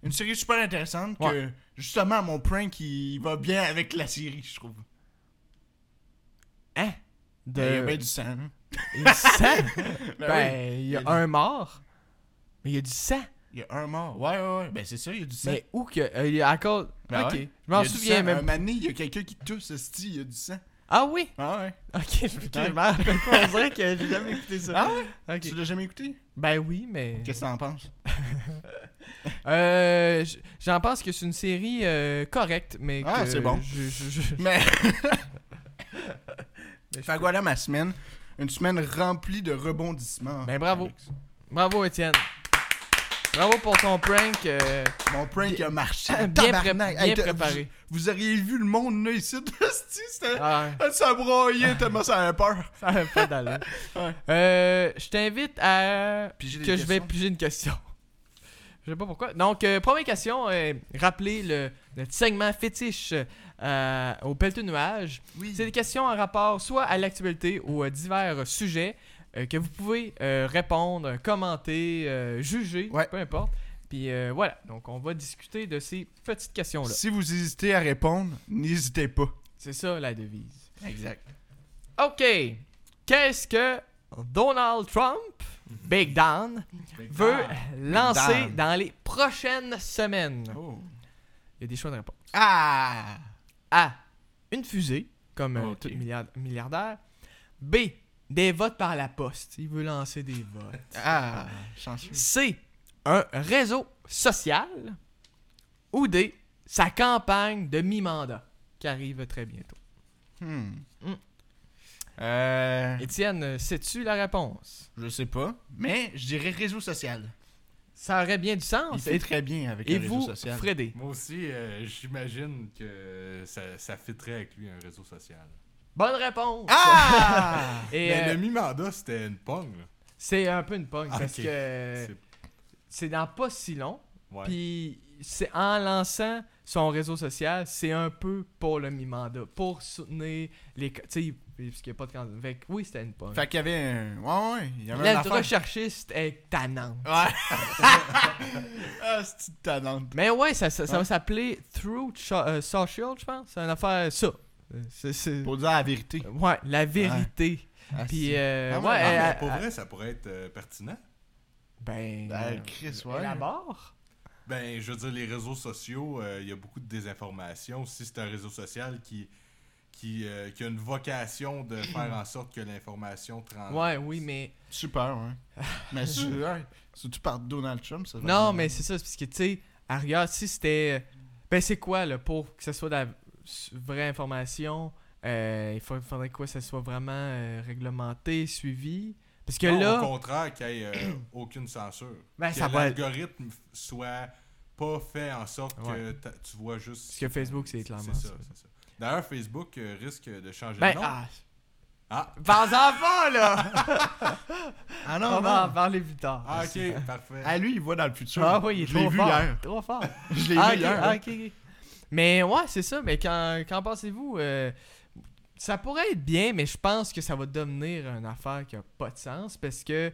Speaker 1: Une série super intéressante que,
Speaker 2: Ouais.
Speaker 1: justement, mon prank, il va bien avec la série, je trouve.
Speaker 2: Hein?
Speaker 1: Il y a
Speaker 2: De...
Speaker 1: bien du sang. hein.
Speaker 2: Il y a
Speaker 1: <laughs>
Speaker 2: du sang?
Speaker 1: Ben oui,
Speaker 2: ben, il y a
Speaker 1: Il y a
Speaker 2: un mort. Mais il y a du sang.
Speaker 1: Il y a un mort. Ouais, ouais, ouais. Ben, c'est ça, il y a du sang.
Speaker 2: Mais où que. euh, il y a encore.
Speaker 1: Ben
Speaker 2: ok.
Speaker 1: ouais.
Speaker 2: Je m'en
Speaker 1: Il y a du
Speaker 2: souviens
Speaker 1: sang. Un
Speaker 2: même.
Speaker 1: moment donné, il y a quelqu'un qui tousse, hostie, il y a du sang.
Speaker 2: Ah oui?
Speaker 1: Ah ouais.
Speaker 2: Ok, je me
Speaker 1: Ouais.
Speaker 2: je m'en rappelle
Speaker 1: <laughs>
Speaker 2: pas. On dirait que j'ai jamais écouté ça.
Speaker 1: Ah ouais?
Speaker 2: Ok.
Speaker 1: Tu l'as jamais écouté?
Speaker 2: Ben oui, mais.
Speaker 1: Qu'est-ce que t'en penses?
Speaker 2: Euh, j- J'en pense que c'est une série euh, correcte, mais.
Speaker 1: Ah,
Speaker 2: que
Speaker 1: c'est bon.
Speaker 2: je- je- je-
Speaker 1: Mais,
Speaker 2: mais je-
Speaker 1: fait que voilà ma semaine. Une semaine remplie de rebondissements.
Speaker 2: Ben, bravo.
Speaker 1: Alex.
Speaker 2: Bravo, Étienne. Bravo pour ton prank. euh,
Speaker 1: Mon prank a marché.
Speaker 2: <laughs> bien
Speaker 1: Tabarnak.
Speaker 2: pré-
Speaker 1: Hey,
Speaker 2: bien
Speaker 1: t'as- <laughs>
Speaker 2: préparé.
Speaker 1: Vous, vous auriez vu le monde là ici. <laughs> hostie, C'était.
Speaker 2: ah, ouais.
Speaker 1: Ça broyait tellement ça avait peur.
Speaker 2: Ça a pas d'allure.
Speaker 1: Ouais.
Speaker 2: Euh, je t'invite à
Speaker 1: Piger des
Speaker 2: que je vais
Speaker 1: questions.
Speaker 2: piger une question. Je sais pas pourquoi. Donc, euh, première question, euh, rappelez le, notre segment fétiche euh, au pelleteux nuage.
Speaker 1: Oui.
Speaker 2: C'est des questions en rapport soit à l'actualité ou à divers euh, sujets euh, que vous pouvez euh, répondre, commenter, euh, juger,
Speaker 1: Ouais.
Speaker 2: peu importe. Puis euh, voilà, donc on va discuter de ces petites questions-là.
Speaker 1: Si vous hésitez à répondre, n'hésitez pas.
Speaker 2: C'est ça la devise.
Speaker 1: Exact.
Speaker 2: OK. Qu'est-ce que Donald Trump, Big Dan, veut <laughs> lancer
Speaker 1: Mhm. Dan. Oh.
Speaker 2: dans les prochaines semaines? Il y a des choix de réponse.
Speaker 1: Ah!
Speaker 2: A. Une fusée, comme euh,
Speaker 3: Ok.
Speaker 2: tout milliard- milliardaire. B. Des votes par la poste. Il veut lancer des votes.
Speaker 1: <laughs> Ah! Chanceux.
Speaker 2: C. Un réseau social. Ou D. Sa campagne de mi-mandat qui arrive très bientôt.
Speaker 1: Hmm.
Speaker 2: Hmm.
Speaker 1: Euh,
Speaker 2: Étienne, euh, sais-tu la réponse?
Speaker 1: je sais pas, mais je dirais réseau social.
Speaker 2: Ça aurait bien du
Speaker 1: Il
Speaker 2: sens.
Speaker 1: fait très bien avec
Speaker 2: Et
Speaker 1: le réseau
Speaker 2: vous,
Speaker 1: social.
Speaker 2: Freddy.
Speaker 3: Moi aussi, euh, j'imagine que ça, ça fitterait avec lui un réseau social.
Speaker 2: Bonne réponse! <laughs>
Speaker 1: Ah!
Speaker 2: Et
Speaker 3: Mais
Speaker 2: euh,
Speaker 3: Ben, le mi-mandat, c'était une pogne. là.
Speaker 2: c'est un peu une pogne
Speaker 3: Ah,
Speaker 2: parce
Speaker 3: ok.
Speaker 2: que
Speaker 3: C'est-
Speaker 2: c'est dans pas si long.
Speaker 3: ouais.
Speaker 2: Euh, Puis c'est en lançant son réseau social, c'est un peu pour le mi-mandat, pour soutenir les. co- Tu sais, parce qu'il n'y a pas de candidat. Fait que oui, c'était une pogne.
Speaker 1: fait qu'il y avait un. Ouais, ouais, il y avait un
Speaker 2: L'être
Speaker 1: affaire.
Speaker 2: recherchiste est tannant.
Speaker 1: Ouais! <laughs> ah, c'est une talente.
Speaker 2: Mais ouais, ça, ça, ça va
Speaker 1: Ouais.
Speaker 2: s'appeler Through Cho- euh, Social, je pense. C'est une affaire, ça. Euh, c'est- c'est-
Speaker 1: Pour dire la vérité.
Speaker 2: Ouais, la vérité.
Speaker 1: Ah,
Speaker 2: Puis,
Speaker 1: c'est-
Speaker 2: euh,
Speaker 3: Ah ouais,
Speaker 2: ouais,
Speaker 3: non,
Speaker 2: elle-
Speaker 3: mais pour
Speaker 2: elle-
Speaker 3: vrai, ça pourrait être euh, pertinent.
Speaker 2: Ben.
Speaker 1: Ben, Chris, ouais.
Speaker 2: D'abord.
Speaker 3: Ben, je veux dire, les réseaux sociaux, euh, il y a beaucoup de désinformation. Si c'est un réseau social qui, qui, euh, qui a une vocation de
Speaker 2: <clears throat>
Speaker 3: faire en sorte que l'information trans...
Speaker 2: Ouais, oui, mais.
Speaker 1: Super, ouais.
Speaker 2: <laughs>
Speaker 1: mais c'est- ouais, surtout par Donald Trump, ça va
Speaker 2: Non,
Speaker 1: être-
Speaker 2: mais c'est ça, c'est parce que, tu sais, à regarde, si c'était. Ben, c'est quoi, là, pour que ce soit de la s- vraie information euh, Il faut- faudrait quoi ça soit vraiment euh, réglementé, suivi Parce que
Speaker 3: Non,
Speaker 2: là.
Speaker 3: Au contraire, qu'il n'y ait euh, aucune censure.
Speaker 2: Ben,
Speaker 3: que
Speaker 2: ça va être-
Speaker 3: l'algorithme f- soit pas fait en sorte que
Speaker 2: Ouais.
Speaker 3: t'a- tu vois juste...
Speaker 2: Parce que Facebook, c'est clairement
Speaker 3: ça.
Speaker 2: ça.
Speaker 3: c'est ça. D'ailleurs, Facebook euh, risque de changer
Speaker 2: Ben,
Speaker 3: de nom.
Speaker 2: ah
Speaker 3: Ah,
Speaker 2: Parle-en
Speaker 1: <laughs>
Speaker 2: pas, là
Speaker 1: Ah
Speaker 2: On
Speaker 1: non,
Speaker 2: va en
Speaker 1: non.
Speaker 2: parler plus tard.
Speaker 3: ah, ok, parfait.
Speaker 1: Ah, lui, il voit dans le futur.
Speaker 2: Ah oui, il est
Speaker 1: Je l'ai
Speaker 2: trop
Speaker 1: vu
Speaker 2: fort.
Speaker 1: hier.
Speaker 2: Trop fort.
Speaker 1: Je l'ai
Speaker 2: Ah,
Speaker 1: vu
Speaker 2: ok,
Speaker 1: hier.
Speaker 2: ah, ok, ok. Mais ouais, c'est ça. Mais qu'en, qu'en pensez-vous euh, Ça pourrait être bien, mais je pense que ça va devenir une affaire qui a pas de sens parce que.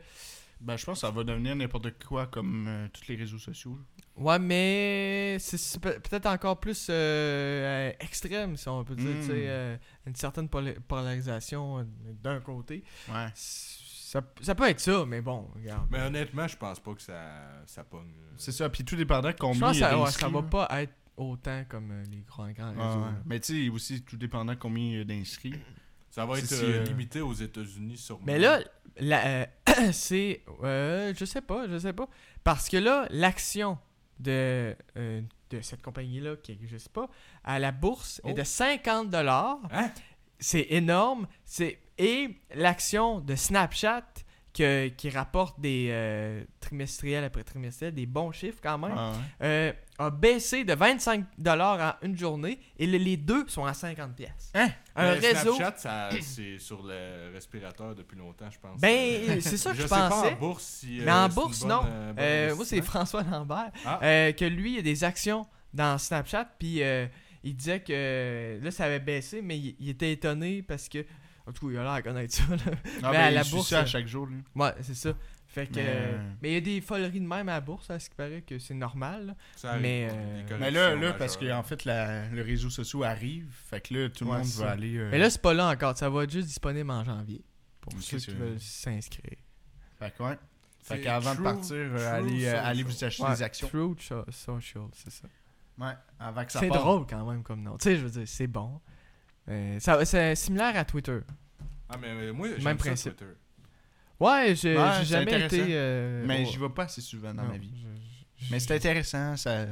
Speaker 1: Ben, je pense que ça va devenir n'importe quoi comme euh, tous les réseaux sociaux.
Speaker 2: Ouais, mais c'est- c'est peut- peut-être encore plus euh, euh, extrême, si on peut dire.
Speaker 1: Mm.
Speaker 2: tu sais, euh, une certaine pola- polarisation euh, d'un côté.
Speaker 1: Ouais.
Speaker 2: Ça, ça peut être ça, mais bon, regarde.
Speaker 3: Mais honnêtement, je pense pas que ça, ça pogne. euh.
Speaker 1: C'est ça, puis tout dépendant
Speaker 2: Je
Speaker 1: combien
Speaker 2: pense
Speaker 1: il
Speaker 2: que ça, ouais,
Speaker 1: d'inscrits,
Speaker 2: ça va
Speaker 1: là.
Speaker 2: pas être autant comme euh, les grands, grands
Speaker 1: Ouais,
Speaker 2: réseaux.
Speaker 1: ouais.
Speaker 2: là.
Speaker 1: Mais tu sais, aussi, tout dépendant combien il y a d'inscrits.
Speaker 3: Ça va
Speaker 1: C'est
Speaker 3: être
Speaker 1: si,
Speaker 3: euh,
Speaker 1: euh,
Speaker 3: limité aux États-Unis sûrement.
Speaker 2: Mais là, la- euh, <clears throat> c'est. euh, je sais pas, je sais pas. Parce que là, l'action de, euh, de cette compagnie-là, qui n'existe pas, à la bourse est
Speaker 3: Oh.
Speaker 2: de 50
Speaker 3: Hein?
Speaker 2: C'est énorme. C'est... Et l'action de Snapchat, que- qui rapporte des euh, trimestriels après trimestriels, des bons chiffres quand même,
Speaker 1: Ah, ouais.
Speaker 2: euh, a baissé de 25 en une journée et le- les deux sont à 50 pièces.
Speaker 1: Hein?
Speaker 2: Un
Speaker 3: Mais
Speaker 2: réseau.
Speaker 3: Euh, Snapchat, ça- c'est sur le respirateur depuis longtemps, je pense. Euh,
Speaker 2: Ben, c'est
Speaker 3: <laughs>
Speaker 2: ça que je,
Speaker 3: sais
Speaker 2: pensais.
Speaker 3: pas en bourse si.
Speaker 2: Mais
Speaker 3: euh,
Speaker 2: en
Speaker 3: c'est
Speaker 2: bourse,
Speaker 3: une
Speaker 2: non.
Speaker 3: bonne, euh, bonne
Speaker 2: Euh, moi, c'est
Speaker 3: investissement.
Speaker 2: François Lambert.
Speaker 3: Ah.
Speaker 2: euh, que lui, il a des actions dans Snapchat. Puis euh, il disait que euh, là, ça avait baissé, mais il, il était étonné parce que. En tout cas, il a l'air à connaître ça. là.
Speaker 1: Ah,
Speaker 2: Mais
Speaker 1: ben,
Speaker 2: à la
Speaker 1: il suit
Speaker 2: bourse,
Speaker 1: ça à
Speaker 2: euh,
Speaker 1: chaque jour, lui.
Speaker 2: Ouais, c'est ça. Fait que.
Speaker 1: Mais-
Speaker 2: euh, Mais il y a des foleries de même à la bourse, à ce qui paraît que c'est normal. là.
Speaker 3: Ça arrive,
Speaker 2: Mais, euh,
Speaker 3: des corrections
Speaker 1: Mais là, là
Speaker 3: majeures.
Speaker 1: parce qu'en fait, la- le réseau social arrive. Fait que là, tout le
Speaker 2: Ouais,
Speaker 1: monde
Speaker 2: c'est
Speaker 1: va
Speaker 2: ça.
Speaker 1: aller. euh,
Speaker 2: Mais là, c'est pas là encore. Ça va être juste disponible en janvier. Pour
Speaker 1: Ok,
Speaker 2: ceux
Speaker 1: c'est-
Speaker 2: qui veulent s'inscrire.
Speaker 1: Fait que, ouais. Fait
Speaker 3: C'est
Speaker 1: qu'avant de
Speaker 3: true-
Speaker 1: partir, euh,
Speaker 3: true
Speaker 1: allez, euh,
Speaker 3: social.
Speaker 1: allez vous acheter
Speaker 2: Ouais,
Speaker 1: des actions.
Speaker 2: True cho- social, c'est ça.
Speaker 1: Ouais, avant que ça
Speaker 2: C'est
Speaker 1: parte.
Speaker 2: drôle quand même comme nom. Tu sais, je veux dire, c'est bon. Euh, ça- c'est similaire à Twitter.
Speaker 3: Ah, mais euh, moi, j'aime
Speaker 2: Même
Speaker 3: ça,
Speaker 2: principe.
Speaker 3: Twitter.
Speaker 2: Ouais, je- j'ai
Speaker 1: Ouais, c'est
Speaker 2: jamais
Speaker 1: intéressant.
Speaker 2: été. euh,
Speaker 1: Mais
Speaker 2: ouais.
Speaker 1: j'y vais pas assez souvent dans
Speaker 2: Non,
Speaker 1: ma vie.
Speaker 2: je- je-
Speaker 1: Mais c'est intéressant, ça.